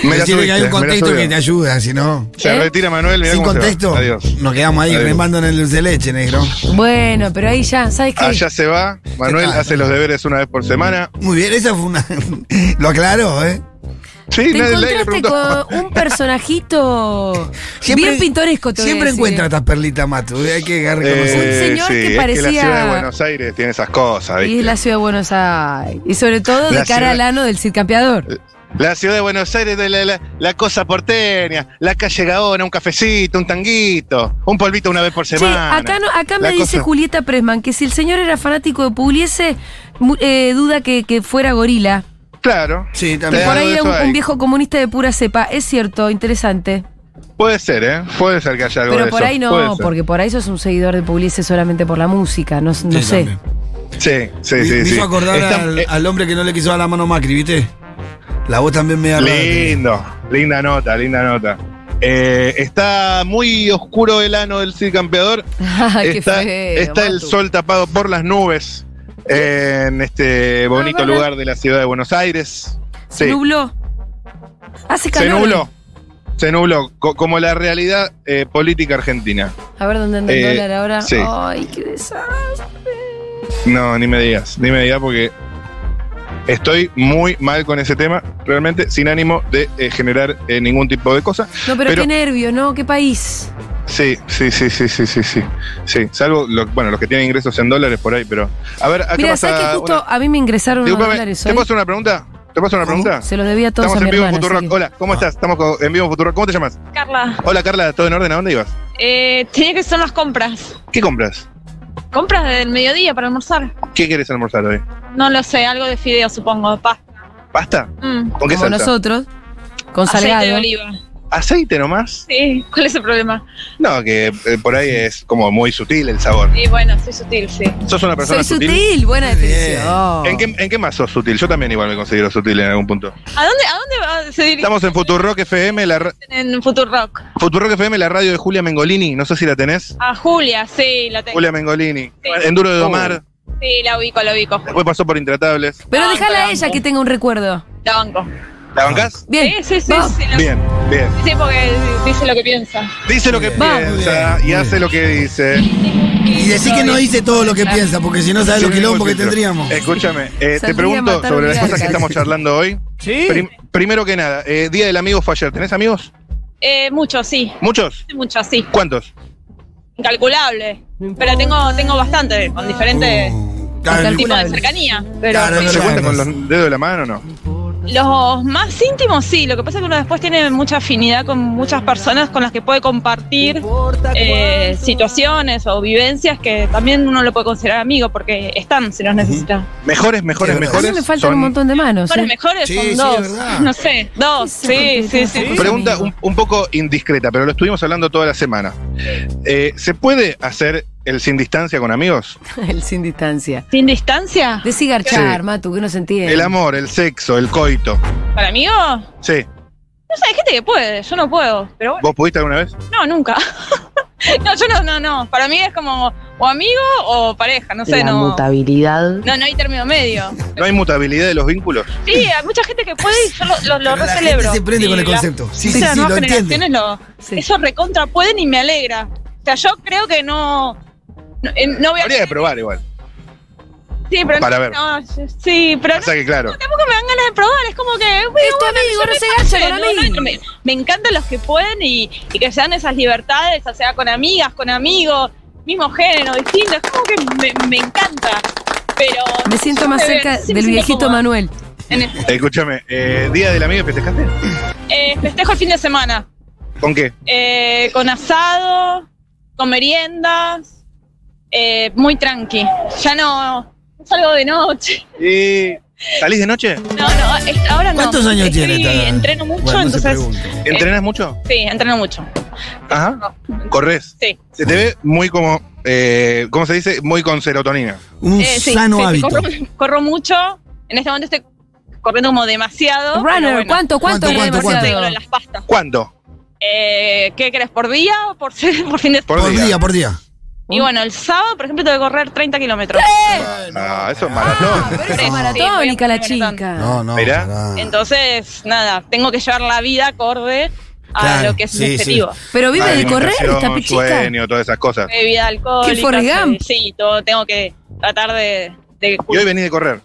Speaker 3: Me la
Speaker 2: Me tiene que
Speaker 3: subiste,
Speaker 2: hay un
Speaker 3: me la
Speaker 2: contexto
Speaker 3: subió.
Speaker 2: que te ayuda, si no.
Speaker 3: Se
Speaker 1: ¿Eh?
Speaker 3: retira Manuel, mirá
Speaker 2: Sin
Speaker 3: cómo se va.
Speaker 2: contexto,
Speaker 3: Adiós.
Speaker 2: nos quedamos ahí
Speaker 3: Adiós.
Speaker 2: remando en el dulce de leche, negro.
Speaker 1: Bueno, pero ahí ya, ¿sabes qué?
Speaker 3: Allá se va. Manuel
Speaker 2: ¿Qué tal?
Speaker 3: hace los deberes una vez por semana.
Speaker 2: Muy bien, esa fue una. [laughs] Lo aclaró, ¿eh?
Speaker 3: Sí,
Speaker 1: Te
Speaker 3: nadie- nadie le
Speaker 1: encontraste
Speaker 3: preguntó.
Speaker 1: con un
Speaker 5: [laughs]
Speaker 1: personajito
Speaker 2: Siempre-
Speaker 1: bien pintoresco, te voy a
Speaker 2: Siempre
Speaker 1: decir,
Speaker 2: encuentra
Speaker 1: ¿eh?
Speaker 2: estas perlitas, Matu. Hay que
Speaker 3: Eh,
Speaker 2: reconocer.
Speaker 1: un señor que
Speaker 3: es la
Speaker 1: parecía-
Speaker 3: ciudad de Buenos Aires tiene esas cosas.
Speaker 1: Y
Speaker 3: ¿viste?
Speaker 1: es la ciudad de Buenos Aires. Y sobre todo de cara
Speaker 3: La ciudad- Eh,
Speaker 1: al ano del Cid Campeador.
Speaker 3: La ciudad de Buenos Aires, de la, la- la cosa porteña, la calle Gaona, un cafecito, un tanguito, un polvito una vez por
Speaker 1: Che,
Speaker 3: semana.
Speaker 1: acá, no- acá me
Speaker 3: La
Speaker 1: dice
Speaker 3: cosa-
Speaker 1: Julieta Presman que si el señor era fanático de Pugliese, mu- eh, duda que, que fuera gorila.
Speaker 3: Claro,
Speaker 2: Sí,
Speaker 1: Que
Speaker 3: Eh,
Speaker 2: también.
Speaker 1: por ahí
Speaker 3: algo de
Speaker 1: era
Speaker 3: eso
Speaker 1: un,
Speaker 3: hay.
Speaker 1: un viejo comunista de pura cepa. Es cierto, interesante.
Speaker 3: puede ser, ¿eh? Puede ser que haya algo
Speaker 1: Pero
Speaker 3: de
Speaker 1: por
Speaker 3: eso,
Speaker 1: ahí
Speaker 3: puede
Speaker 1: no,
Speaker 3: ser.
Speaker 1: porque por ahí sos un seguidor de Pugliese solamente por la música. No, no
Speaker 2: Sí,
Speaker 1: sé.
Speaker 2: también.
Speaker 3: Sí, sí,
Speaker 2: Me,
Speaker 3: sí.
Speaker 2: me
Speaker 3: sí.
Speaker 2: hizo acordar
Speaker 3: Está-
Speaker 2: al,
Speaker 3: eh,
Speaker 2: al hombre que no le quiso dar la mano a Macri, ¿viste? La voz también me da
Speaker 3: lindo, linda nota, linda nota. Eh, está muy oscuro el ano del Cid Campeador.
Speaker 1: Ah, [laughs] qué
Speaker 3: está
Speaker 1: feo,
Speaker 3: está el
Speaker 1: Matu.
Speaker 3: sol tapado por las nubes en este bonito
Speaker 1: Ah, bueno.
Speaker 3: lugar de la ciudad de Buenos Aires.
Speaker 1: Se
Speaker 3: Sí.
Speaker 1: nubló. Hace
Speaker 3: Se
Speaker 1: calor.
Speaker 3: nubló. Se nubló, co- como la realidad eh, política argentina.
Speaker 1: A ver dónde anda el
Speaker 3: Eh,
Speaker 1: dólar ahora.
Speaker 3: sí.
Speaker 1: Ay, qué desastre.
Speaker 3: No, ni me digas, ni me digas porque estoy muy mal con ese tema, realmente sin ánimo de eh, generar eh, ningún tipo de cosa.
Speaker 1: No, pero,
Speaker 3: Pero-
Speaker 1: qué nervio, ¿no? Qué país.
Speaker 3: Sí, sí, sí, sí, sí, sí, sí. Sí, salvo, lo- bueno, los que tienen ingresos en dólares por ahí, pero... A ver, acá
Speaker 1: Mira,
Speaker 3: Ah, pasa
Speaker 1: ¿sabes que justo
Speaker 3: una-
Speaker 1: a mí me ingresaron unos
Speaker 3: Disculpame,
Speaker 1: dólares
Speaker 3: ¿Te
Speaker 1: hoy?
Speaker 3: puedo hacer una pregunta? ¿Te puedo hacer una pregunta?
Speaker 1: Se los debía todos
Speaker 3: Estamos
Speaker 1: a
Speaker 3: en
Speaker 1: mi
Speaker 3: vivo en
Speaker 1: hermana.
Speaker 3: Futurock.
Speaker 1: así que-
Speaker 3: Hola, ¿cómo
Speaker 2: Ah.
Speaker 3: estás? Estamos con- en vivo en Futurock. ¿Cómo te llamas?
Speaker 8: Carla,
Speaker 3: Hola, Carla, ¿todo en orden? ¿A dónde ibas?
Speaker 8: eh, tenía que son las compras.
Speaker 3: ¿Qué compras?
Speaker 8: Compras del mediodía para almorzar.
Speaker 3: ¿Qué quieres almorzar hoy?
Speaker 8: No lo sé, algo de fideo supongo, de pasta.
Speaker 3: ¿Pasta?
Speaker 8: Mm,
Speaker 3: ¿Con qué
Speaker 1: Como
Speaker 3: salsa?
Speaker 1: nosotros, con
Speaker 8: Aceite de
Speaker 1: salgado. ¿eh?
Speaker 8: oliva.
Speaker 3: ¿Aceite nomás?
Speaker 8: Sí, ¿cuál es el problema?
Speaker 3: No, que eh, por ahí es como muy sutil el sabor.
Speaker 8: Y bueno, soy sutil, sí.
Speaker 3: ¿Sos una persona
Speaker 1: Soy sutil, buena
Speaker 2: Muy bien.
Speaker 1: definición.
Speaker 3: ¿En qué, en qué más sos sutil? Yo también igual me considero sutil en algún punto.
Speaker 8: ¿A dónde, a dónde va- se dirigen
Speaker 3: Estamos en Futurock FM, la ra-
Speaker 8: en Futurock?
Speaker 3: Futurock FM, la radio de Julia Mengolini. No sé si la tenés.
Speaker 8: A Julia, sí, la tengo.
Speaker 2: Oh.
Speaker 3: Julia Mengolini. Enduro de Domar.
Speaker 8: Sí, la ubico, la ubico.
Speaker 3: Después pasó por Intratables.
Speaker 1: Pero
Speaker 8: Banco,
Speaker 1: déjala a
Speaker 8: banco.
Speaker 1: ella que tenga un recuerdo.
Speaker 8: La banco.
Speaker 3: ¿La bancás?
Speaker 1: Bien.
Speaker 8: Sí, sí, sí.
Speaker 1: Va.
Speaker 8: sí, la-
Speaker 3: Bien, bien.
Speaker 8: Sí, porque dice lo que piensa.
Speaker 3: Dice lo que
Speaker 2: Muy
Speaker 1: bien,
Speaker 3: piensa
Speaker 2: muy
Speaker 3: y
Speaker 2: bien.
Speaker 3: hace lo que dice.
Speaker 2: Y decir que no dice todo lo que
Speaker 8: Claro.
Speaker 2: piensa, porque si no sabes lo
Speaker 3: Sí,
Speaker 2: quilombo que
Speaker 3: porque-
Speaker 2: tendríamos.
Speaker 3: Escúchame, eh, te
Speaker 1: Saldría a
Speaker 3: pregunto
Speaker 1: matar
Speaker 3: sobre
Speaker 1: un
Speaker 3: las cosas que
Speaker 1: gato.
Speaker 3: estamos charlando hoy.
Speaker 9: ¿Sí?
Speaker 3: Prim- primero que nada, eh, Día del Amigo fue ayer. ¿Tenés amigos?
Speaker 8: Eh, mucho, sí.
Speaker 3: ¿Muchos?
Speaker 8: Mucho, sí.
Speaker 3: ¿Cuántos?
Speaker 8: Incalculable. Pero tengo, tengo bastante, con diferentes
Speaker 2: Uh,
Speaker 1: Total,
Speaker 2: claro,
Speaker 8: tipos de cercanía. Pero
Speaker 2: Claro,
Speaker 3: ¿Se
Speaker 2: Claro.
Speaker 3: cuenta con los dedos de la mano o no?
Speaker 8: los más íntimos sí. Lo que pasa es que uno después tiene mucha afinidad con muchas personas con las que puede compartir eh, situaciones o vivencias que también uno lo puede considerar amigo porque están si los necesita.
Speaker 3: Mejores, mejores,
Speaker 2: Sí, es
Speaker 1: A
Speaker 2: verdad.
Speaker 3: mejores.
Speaker 1: mí me faltan
Speaker 3: son-
Speaker 1: un montón de manos.
Speaker 8: Mejores,
Speaker 1: ¿eh?
Speaker 8: mejores
Speaker 2: Ah, Sí, sí,
Speaker 8: son dos.
Speaker 2: es verdad.
Speaker 8: [laughs] no sé, dos. Sí, sí, sí.
Speaker 1: Sí.
Speaker 3: Pregunta
Speaker 1: amigo.
Speaker 3: un, un poco indiscreta, pero lo estuvimos hablando toda la semana. Eh, ¿Se puede hacer el sin distancia con amigos?
Speaker 1: [laughs] El sin distancia.
Speaker 8: ¿Sin distancia?
Speaker 1: Decí garchar,
Speaker 3: Sí.
Speaker 1: Matu, que no se entiende.
Speaker 3: El amor, el sexo, el coito.
Speaker 8: ¿Para amigos? No
Speaker 3: Sí.
Speaker 8: sé, hay gente que puede, yo no puedo. Pero bueno,
Speaker 3: ¿Vos pudiste alguna vez?
Speaker 8: no, nunca. [laughs] no, yo no, no, no. Para mí es como o amigo o pareja, no sé,
Speaker 4: la
Speaker 8: no.
Speaker 4: mutabilidad,
Speaker 8: No, no hay término medio.
Speaker 3: ¿No hay mutabilidad de los vínculos?
Speaker 8: Sí, hay mucha gente que puede y yo lo, lo, lo
Speaker 2: Pero la
Speaker 8: recelebro.
Speaker 2: gente se prende
Speaker 8: Y
Speaker 2: con el
Speaker 8: la-
Speaker 2: concepto. Sí, sí,
Speaker 8: esas
Speaker 2: sí, lo
Speaker 8: nuevas
Speaker 2: entiende.
Speaker 8: generaciones lo,
Speaker 1: Sí.
Speaker 8: eso recontra pueden y me alegra. O sea, yo creo que no. No, eh, no voy a.
Speaker 3: Habría que probar igual.
Speaker 8: Sí, pero
Speaker 3: para
Speaker 8: no,
Speaker 3: ver.
Speaker 8: no, sí, pero no,
Speaker 3: Pasa que claro.
Speaker 8: tampoco me dan ganas de probar. Es como que. bueno,
Speaker 1: Es tu amigo, no se gacha con
Speaker 8: no, no,
Speaker 1: amigo.
Speaker 8: me, me encantan los que pueden y, y que se dan esas libertades, o sea, con amigas, con amigos, mismo género, distinto. Es como que me, me encanta. Pero.
Speaker 1: Me siento más
Speaker 8: Eh,
Speaker 1: cerca
Speaker 8: sí, me
Speaker 1: del
Speaker 8: siento
Speaker 1: viejito
Speaker 8: cómoda.
Speaker 1: Manuel.
Speaker 8: en el-
Speaker 3: Escúchame, eh, ¿día del amigo festejaste?
Speaker 8: eh, festejo el fin de semana.
Speaker 3: ¿Con qué?
Speaker 8: Eh, con asado, con meriendas, eh, muy tranqui. Ya no, no salgo de noche.
Speaker 3: ¿Y salís de noche?
Speaker 8: No, no, es- ahora no.
Speaker 2: ¿Cuántos años
Speaker 8: Estoy-
Speaker 2: tiene esta?
Speaker 8: Entreno mucho,
Speaker 2: Bueno, no se
Speaker 8: entonces.
Speaker 2: pregunta.
Speaker 3: ¿Entrenás mucho?
Speaker 8: Sí, entreno mucho.
Speaker 3: Ajá. ¿Corres?
Speaker 8: Sí.
Speaker 3: Se te ve muy como, eh, ¿cómo se dice? Muy con serotonina.
Speaker 2: Un
Speaker 8: Eh, sí,
Speaker 2: sano
Speaker 8: sí, sí,
Speaker 2: hábito.
Speaker 8: corro, corro mucho. En este momento estoy corriendo como demasiado. pero
Speaker 1: Runner,
Speaker 8: bueno,
Speaker 1: ¿cuánto, cuánto?
Speaker 2: ¿Cuánto,
Speaker 1: era
Speaker 2: cuánto,
Speaker 8: Por eso
Speaker 1: demasiado?
Speaker 8: te digo lo de las pastas.
Speaker 3: ¿Cuánto?
Speaker 8: Eh, ¿Qué crees? ¿Por día o por, [laughs] por fin de semana?
Speaker 3: Por
Speaker 2: Por
Speaker 3: día.
Speaker 2: día, por día.
Speaker 8: Y bueno, el sábado, por ejemplo, tengo que correr 30 kilómetros.
Speaker 3: Ah, eso es maratón.
Speaker 1: Pero es
Speaker 8: Sí,
Speaker 1: maratónica
Speaker 8: voy a
Speaker 1: la
Speaker 8: poner maratón.
Speaker 1: chica.
Speaker 2: No, no.
Speaker 3: Mirá.
Speaker 2: pará.
Speaker 8: Entonces, nada, tengo que llevar la vida acorde a
Speaker 2: Claro,
Speaker 8: lo que es
Speaker 2: sí,
Speaker 8: mi objetivo.
Speaker 1: Pero vive de correr
Speaker 3: Alimentación,
Speaker 1: esta pichica.
Speaker 3: sueño, todas esas cosas.
Speaker 8: Bebida alcohólica.
Speaker 1: ¿Qué, Forrest
Speaker 8: sí,
Speaker 1: Gump?
Speaker 8: Sí, todo, tengo que tratar de... de-
Speaker 3: Y hoy venís de correr.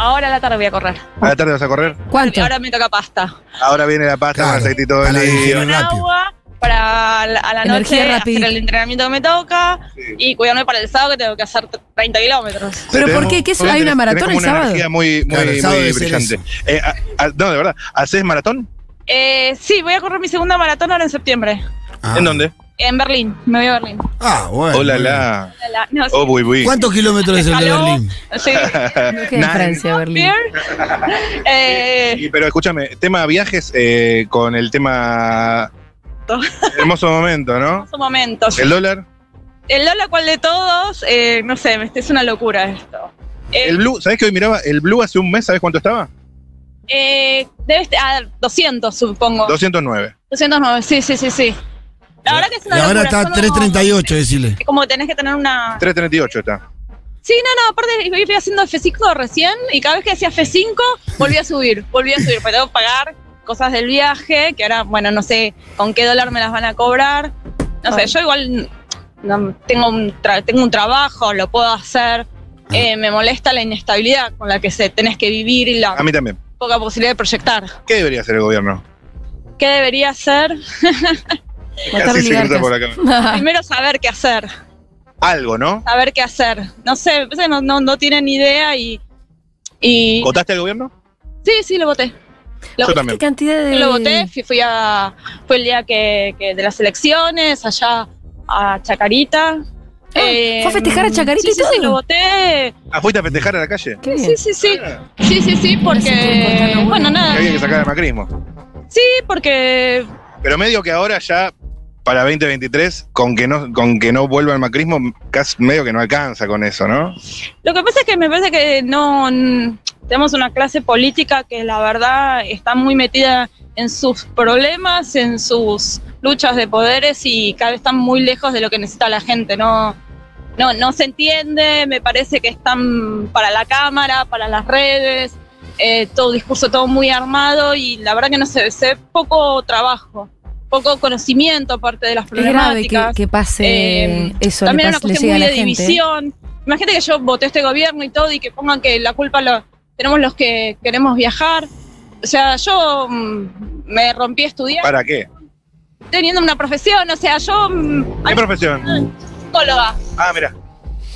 Speaker 8: Ahora a la tarde voy a correr.
Speaker 3: A la tarde vas a correr.
Speaker 1: ¿Cuánto?
Speaker 8: Ahora me toca pasta.
Speaker 3: Ahora viene la pasta,
Speaker 2: Claro,
Speaker 3: el aceitito de
Speaker 2: para
Speaker 3: oliva.
Speaker 2: digerir.
Speaker 8: Con
Speaker 2: rápido.
Speaker 8: agua para la- a la
Speaker 1: Energía
Speaker 8: noche
Speaker 1: rapidito.
Speaker 8: hacer el entrenamiento que me toca y cuidarme para el sábado que tengo que hacer 30 kilómetros.
Speaker 1: ¿Pero
Speaker 3: Se te
Speaker 1: por
Speaker 3: ve
Speaker 1: qué?
Speaker 3: muy-
Speaker 1: ¿Qué es?
Speaker 3: tenés
Speaker 1: ¿Hay una
Speaker 3: como
Speaker 1: maratón el
Speaker 3: una
Speaker 1: sábado?
Speaker 3: energía muy, muy,
Speaker 2: Claro, el sábado
Speaker 3: muy
Speaker 2: debe ser
Speaker 3: brillante.
Speaker 2: eso.
Speaker 3: Eh, a- a- no, de verdad. ¿Haces maratón?
Speaker 8: Eh, sí, voy a correr mi segunda maratón ahora en septiembre.
Speaker 2: Ah.
Speaker 3: ¿En dónde?
Speaker 8: En Berlín, me voy a Berlín.
Speaker 2: Ah, bueno.
Speaker 3: Hola, la.
Speaker 8: La- la- no, sí,
Speaker 3: Oh, bui, bui.
Speaker 2: ¿Cuántos kilómetros es el de
Speaker 8: Aló.
Speaker 2: Berlín?
Speaker 8: sí.
Speaker 1: No
Speaker 2: [laughs]
Speaker 1: queda en
Speaker 3: Nine.
Speaker 1: Francia, Berlín.
Speaker 8: Eh,
Speaker 3: Y- pero escúchame, tema viajes eh, con
Speaker 1: [laughs]
Speaker 3: el tema.
Speaker 8: Todo.
Speaker 3: Hermoso momento, ¿no?
Speaker 8: hermoso momento. sí.
Speaker 3: El dólar.
Speaker 8: El Lola, ¿cuál de todos? Eh, no sé, me- es una locura esto. Eh,
Speaker 3: El blue, ¿sabés que hoy miraba? El blue hace un mes, ¿sabés cuánto estaba?
Speaker 8: eh, debe estar a 200, supongo.
Speaker 1: Oh.
Speaker 3: 209.
Speaker 8: 209, sí, sí, sí, sí. La verdad que es
Speaker 2: Y
Speaker 8: una
Speaker 2: ahora
Speaker 8: locura.
Speaker 2: está
Speaker 8: son
Speaker 2: 338, decirle.
Speaker 8: como- Como tenés que tener una...
Speaker 3: 338 está.
Speaker 8: Sí, no, no, aparte yo fui haciendo F5 recién y cada vez que hacía F5 volví a subir, volví a subir, pero tengo que pagar cosas del viaje, que ahora, bueno, no sé con qué dólar me las van a cobrar. No
Speaker 3: Ah.
Speaker 8: sé, yo igual no, tengo, un tra- tengo un trabajo, lo puedo hacer.
Speaker 3: Ah.
Speaker 8: Eh, me molesta la inestabilidad con la que se tenés que vivir y la
Speaker 3: A mí también.
Speaker 8: poca posibilidad de proyectar.
Speaker 3: ¿Qué debería hacer el gobierno?
Speaker 8: ¿Qué debería hacer?
Speaker 1: Matar
Speaker 3: Casi se cruza por
Speaker 1: oligarcas.
Speaker 3: acá.
Speaker 8: Primero saber qué hacer,
Speaker 3: Algo, ¿no?
Speaker 8: saber qué hacer. No sé, a veces no, no, no tienen idea y... y
Speaker 3: ¿Votaste al gobierno?
Speaker 8: sí, sí, lo voté. Lo
Speaker 3: Yo
Speaker 8: voté.
Speaker 1: ¿Qué
Speaker 3: también.
Speaker 1: cantidad de...?
Speaker 8: Lo voté, fui, fui a. Fue el día que, que de las elecciones, allá a Chacarita. Eh,
Speaker 1: Ah, ¿fue a festejar a Chacarita
Speaker 8: sí,
Speaker 1: y
Speaker 8: sí, sí,
Speaker 1: todo?
Speaker 8: lo voté.
Speaker 3: Ah, ¿Fuiste a festejar a la calle?
Speaker 1: Qué bien.
Speaker 8: Sí, sí, sí. Sí, sí, sí, porque.
Speaker 1: importante, bueno.
Speaker 8: Bueno,
Speaker 3: Que
Speaker 8: nada.
Speaker 3: había que sacar al macrismo.
Speaker 8: Sí, porque.
Speaker 3: Pero medio que ahora ya, para 2023, con que no, con que no vuelva el macrismo, casi medio que no alcanza con eso, ¿no?
Speaker 8: Lo que pasa es que me parece que no. n- Tenemos una clase política que la verdad está muy metida en sus problemas, en sus luchas de poderes y cada vez están muy lejos de lo que necesita la gente, ¿no? no, no se entiende, me parece que están para la cámara, para las redes, eh, todo discurso todo muy armado y la verdad que no sé, se ve poco trabajo, poco conocimiento aparte de las
Speaker 1: Es grave
Speaker 8: problemáticas.
Speaker 1: que, que pase
Speaker 8: Eh,
Speaker 1: eso, le,
Speaker 8: También
Speaker 1: pas-
Speaker 8: una
Speaker 1: le
Speaker 8: cuestión
Speaker 1: llegue a
Speaker 8: muy
Speaker 1: la
Speaker 8: de
Speaker 1: gente.
Speaker 8: división. Imagínate que yo voté este gobierno y todo y que pongan que la culpa lo tenemos los que queremos viajar. O sea, yo mm, me rompí a estudiar
Speaker 3: ¿Para qué?
Speaker 8: teniendo una profesión, o sea, yo mm,
Speaker 3: ¿Qué
Speaker 8: ay,
Speaker 3: profesión?
Speaker 8: psicóloga.
Speaker 3: Ah, mira.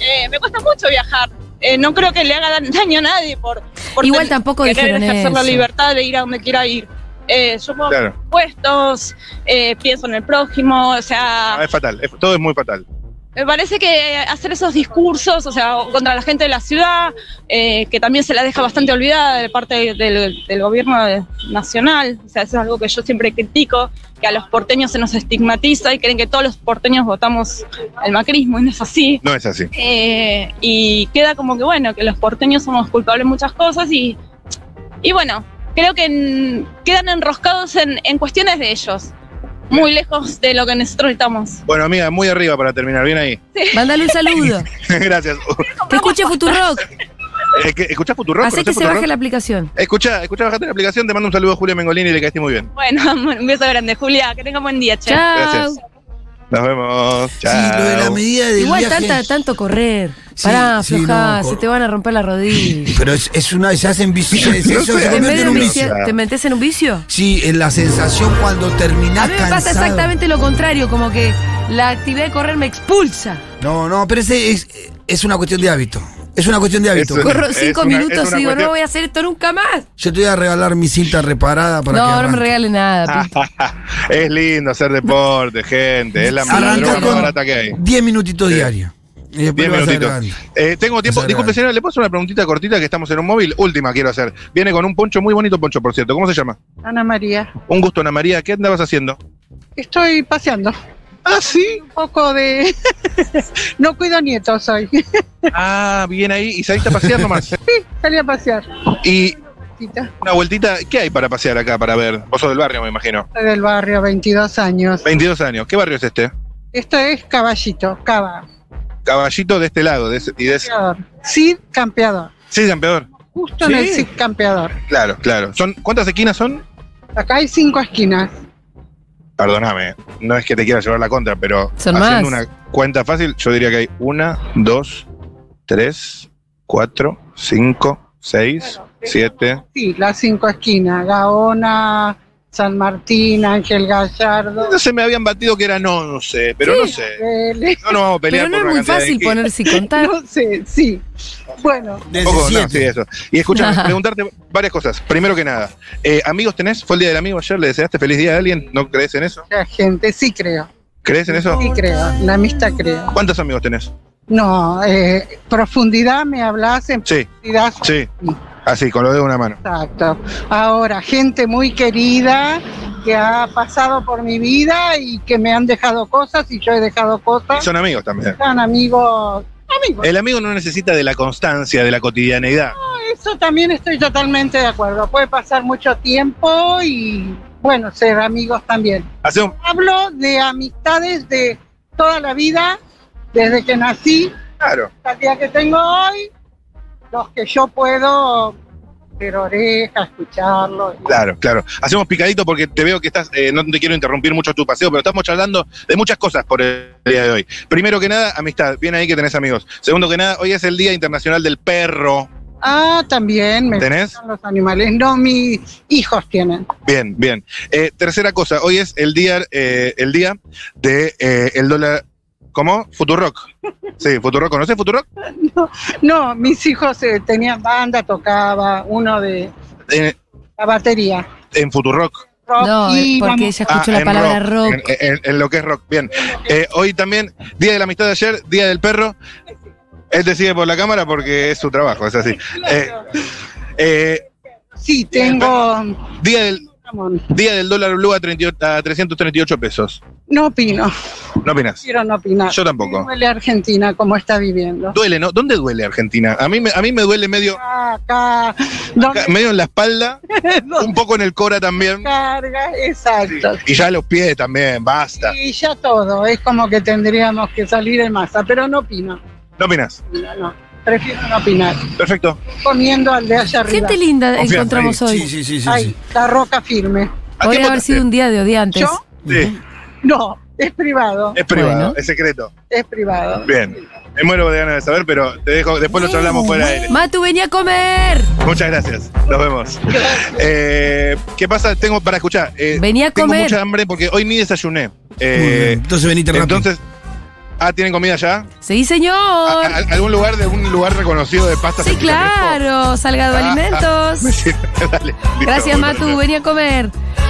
Speaker 8: Eh, me cuesta mucho viajar. Eh, no creo que le haga da- [laughs] daño a nadie por, por
Speaker 1: Igual
Speaker 8: ten-
Speaker 1: tampoco
Speaker 8: querer
Speaker 1: dijeron
Speaker 8: ejercer la
Speaker 1: eso.
Speaker 8: libertad de ir a donde quiera ir. Eh, yo pongo
Speaker 3: Claro.
Speaker 8: puestos, eh, pienso en el prójimo, o sea...
Speaker 3: No, Ah, es fatal. es- todo es muy fatal.
Speaker 8: Me parece que hacer esos discursos, o sea, contra la gente de la ciudad, eh, que también se la deja bastante olvidada de parte del, del gobierno de- nacional, o sea, eso es algo que yo siempre critico, que a los porteños se nos estigmatiza y creen que todos los porteños votamos al macrismo, y no es así.
Speaker 3: No es así.
Speaker 8: Eh, y queda como que, bueno, que los porteños somos culpables de muchas cosas y, y bueno, creo que en- quedan enroscados en, en cuestiones de ellos, muy lejos de lo que nosotros necesitamos.
Speaker 3: Bueno, amiga, muy arriba para terminar. Bien ahí. [laughs]
Speaker 8: [laughs]
Speaker 1: Mándale un saludo.
Speaker 3: Gracias.
Speaker 1: que escuche Futurock.
Speaker 3: Eh, que- ¿Escuchás Futurock?
Speaker 1: Hacé que
Speaker 3: ¿Conocés
Speaker 1: se baje
Speaker 3: Futurock?
Speaker 1: la aplicación.
Speaker 3: Escuchá, escuchá, bajate la aplicación. Te mando un saludo a Julio Mengolini y le caíste muy bien.
Speaker 8: Bueno, [laughs] un beso grande, Julia. Que tenga buen día, che.
Speaker 1: Chao.
Speaker 3: Gracias. Nos vemos.
Speaker 2: Sí, lo de la
Speaker 3: Chao.
Speaker 2: medida del
Speaker 1: Igual
Speaker 2: viaje-
Speaker 1: tanta, tanto correr.
Speaker 2: Sí,
Speaker 1: Pará,
Speaker 2: sí,
Speaker 1: aflojá,
Speaker 2: no,
Speaker 1: se
Speaker 2: cor-
Speaker 1: te van a romper la rodilla.
Speaker 2: Pero es, es una, se hacen vicios,
Speaker 3: [laughs]
Speaker 2: es eso, se
Speaker 1: ¿Te,
Speaker 2: convierte
Speaker 1: metes
Speaker 2: en un vicio.
Speaker 1: ¿Te metes en un vicio?
Speaker 2: Sí, en la sensación cuando terminás
Speaker 1: A mí me pasa
Speaker 2: cansado.
Speaker 1: exactamente lo contrario, como que la actividad de correr me expulsa.
Speaker 2: No, no, pero ese es, es una cuestión de hábito. Es una cuestión de hábito.
Speaker 3: Eso-
Speaker 1: Corro
Speaker 3: Es
Speaker 1: cinco
Speaker 3: una- es
Speaker 1: minutos
Speaker 3: una
Speaker 1: y digo,
Speaker 3: cuestión-
Speaker 1: no voy a hacer esto nunca más.
Speaker 2: Yo te voy a regalar mi cinta reparada para
Speaker 1: No,
Speaker 2: Ah. que
Speaker 1: no me
Speaker 2: arranque.
Speaker 1: regale nada. pi.
Speaker 3: Es lindo hacer deporte, gente. Es la
Speaker 2: Arranca
Speaker 3: droga más
Speaker 2: con-
Speaker 3: barata que hay.
Speaker 2: 10 minutitos
Speaker 3: Sí.
Speaker 2: diarios. Y después
Speaker 3: 10
Speaker 2: lo vas
Speaker 3: minutitos.
Speaker 2: agregando.
Speaker 3: Eh, tengo tiempo.
Speaker 2: Vas
Speaker 3: Disculpe,
Speaker 2: agregando.
Speaker 3: señora, ¿le puedo hacer una preguntita cortita que estamos en un móvil? Última quiero hacer. Viene con un poncho, muy bonito poncho, por cierto. ¿Cómo se llama?
Speaker 6: Ana María.
Speaker 3: Un gusto, Ana María. ¿Qué andabas haciendo?
Speaker 6: Estoy paseando.
Speaker 3: Ah, sí.
Speaker 6: Un poco de. [laughs] no cuido nietos hoy.
Speaker 3: Ah, bien ahí. Y saliste a pasear [laughs] nomás.
Speaker 6: Salí a pasear.
Speaker 3: Y
Speaker 6: Tita,
Speaker 3: una vueltita. ¿Qué hay para pasear acá, para ver? Vos sos del barrio, me imagino.
Speaker 6: Soy del barrio, 22 años.
Speaker 3: 22 años. ¿Qué barrio es este?
Speaker 6: Esto es Caballito, Cava.
Speaker 3: Caballito de este lado. De ese- y de ese-
Speaker 6: Campeador. Cid Campeador.
Speaker 3: Sí, San Pedro.
Speaker 6: Justo en el
Speaker 3: Sí.
Speaker 6: Cid Campeador.
Speaker 3: Claro, claro. ¿Son, ¿Cuántas esquinas son?
Speaker 6: Acá hay cinco esquinas.
Speaker 3: Perdóname, no es que te quiera llevar la contra, pero
Speaker 1: Son
Speaker 3: haciendo
Speaker 1: más.
Speaker 3: una cuenta fácil, yo diría que hay una, dos, tres, cuatro, cinco, seis, siete.
Speaker 6: Sí, las cinco esquinas. Gaona, San Martín, Ángel Gallardo.
Speaker 3: No se me habían batido que eran once, pero no sé.
Speaker 6: Vélez.
Speaker 3: No nos vamos a pelear
Speaker 1: Pero no es
Speaker 3: por una
Speaker 1: muy
Speaker 3: cantidad de
Speaker 1: fácil
Speaker 3: esquí.
Speaker 1: ponerse y
Speaker 6: [laughs]
Speaker 1: contar.
Speaker 6: No sé, sí. Bueno,
Speaker 2: Desde
Speaker 3: Ojo, no,
Speaker 2: siete.
Speaker 3: sí, eso. Y
Speaker 1: [laughs]
Speaker 3: escúchame, preguntarte varias cosas. Primero que nada, eh, ¿amigos tenés? ¿Fue el día del amigo ayer? ¿Le deseaste feliz día a alguien? ¿No crees en eso?
Speaker 6: la gente sí creo.
Speaker 3: ¿Crees en eso?
Speaker 6: Sí creo. La amistad creo.
Speaker 3: ¿Cuántos amigos tenés?
Speaker 6: No, eh, profundidad me hablas en
Speaker 3: Sí,
Speaker 6: profundidad.
Speaker 3: sí. Así, con los dedos de una mano.
Speaker 6: Exacto. Ahora, gente muy querida que ha pasado por mi vida y que me han dejado cosas y yo he dejado
Speaker 3: Y
Speaker 6: cosas.
Speaker 3: son amigos también.
Speaker 6: Son amigos. Amigos.
Speaker 3: El amigo no necesita de la constancia, de la cotidianeidad.
Speaker 6: Eso también estoy totalmente de acuerdo. Puede pasar mucho tiempo y, bueno, ser amigos también.
Speaker 3: Hace un-
Speaker 6: Hablo de amistades de toda la vida, desde que nací
Speaker 3: Claro.
Speaker 6: hasta el día que tengo hoy, los que yo puedo ver oreja, escucharlo.
Speaker 3: Claro, claro. Hacemos picadito porque te veo que estás, eh, no te quiero interrumpir mucho tu paseo, pero estamos charlando de muchas cosas por el día de hoy. Primero que nada, amistad. Bien ahí que tenés amigos. Segundo que nada, hoy es el Día Internacional del Perro.
Speaker 6: Ah, también me
Speaker 3: ¿Tenés?
Speaker 6: gustan los animales. No, mis hijos tienen.
Speaker 3: Bien, bien. Eh, tercera cosa, hoy es el día, eh, el día de eh, el dólar. ¿Cómo? Futurock. Sí, Futurock. ¿Conoces Futurock?
Speaker 6: No, mis hijos eh, tenían banda, tocaba uno de
Speaker 3: En,
Speaker 6: la batería.
Speaker 3: Eh, en Futurock.
Speaker 6: Rock
Speaker 1: No, eh,
Speaker 6: y
Speaker 1: porque
Speaker 6: vamos-
Speaker 1: ella escuchó
Speaker 3: Ah,
Speaker 1: la
Speaker 3: en
Speaker 1: palabra rock.
Speaker 3: En, en- en lo que es rock. Bien. Eh, hoy también, Día de la Amistad de ayer, Día del Perro. Él te sigue por la cámara porque es su trabajo, es así. Eh, eh,
Speaker 6: Sí, tengo
Speaker 3: día, del,
Speaker 6: Ramón.
Speaker 3: día del dólar blue a, 38 a 338 pesos.
Speaker 6: No opino,
Speaker 3: ¿No opinas?
Speaker 6: quiero no opinar.
Speaker 3: Yo
Speaker 6: Me
Speaker 3: tampoco.
Speaker 6: Duele Argentina como está viviendo.
Speaker 3: Duele, ¿no? ¿Dónde duele Argentina? A mí me, a mí me duele medio,
Speaker 6: Acá, acá, donde
Speaker 3: acá, medio en la espalda,
Speaker 6: [laughs]
Speaker 3: un poco en el cora también.
Speaker 6: carga, exacto.
Speaker 3: Y ya los pies también, basta.
Speaker 6: Y ya todo, es como que tendríamos que salir en masa, pero no opino.
Speaker 3: ¿No opinas?
Speaker 6: No, no, prefiero no opinar.
Speaker 3: Perfecto.
Speaker 6: poniendo al de allá arriba.
Speaker 1: Gente linda
Speaker 3: Confía,
Speaker 1: encontramos hoy.
Speaker 2: Sí, sí, sí, sí.
Speaker 6: Ay,
Speaker 2: sí.
Speaker 6: la roca firme.
Speaker 3: ¿A quién
Speaker 1: Podría haber
Speaker 3: votaste?
Speaker 1: sido un día de odiantes.
Speaker 6: ¿Yo?
Speaker 3: Sí,
Speaker 6: No, es privado,
Speaker 3: es privado,
Speaker 1: Bueno.
Speaker 3: es secreto.
Speaker 6: es privado.
Speaker 3: Bien. Me muero de ganas de saber, pero te dejo, después lo charlamos fuera de aire.
Speaker 1: Matu, venía a comer.
Speaker 3: Muchas gracias. Nos vemos. Eh, ¿Qué pasa? Tengo para escuchar. eh,
Speaker 1: Venía a
Speaker 3: tengo
Speaker 1: comer.
Speaker 3: mucha hambre porque hoy ni desayuné. Eh,
Speaker 2: Muy bien. Entonces venite rápido.
Speaker 3: entonces. Ah, ¿tienen comida ya?
Speaker 1: Sí,
Speaker 3: ¿A-
Speaker 1: señor.
Speaker 3: a- ¿Algún lugar de un lugar reconocido de pastas?
Speaker 1: Sí, claro. Salgado
Speaker 3: Ah,
Speaker 1: Alimentos.
Speaker 3: [laughs] Dale, listo,
Speaker 1: Gracias,
Speaker 3: bueno,
Speaker 1: Matu. Venía a comer.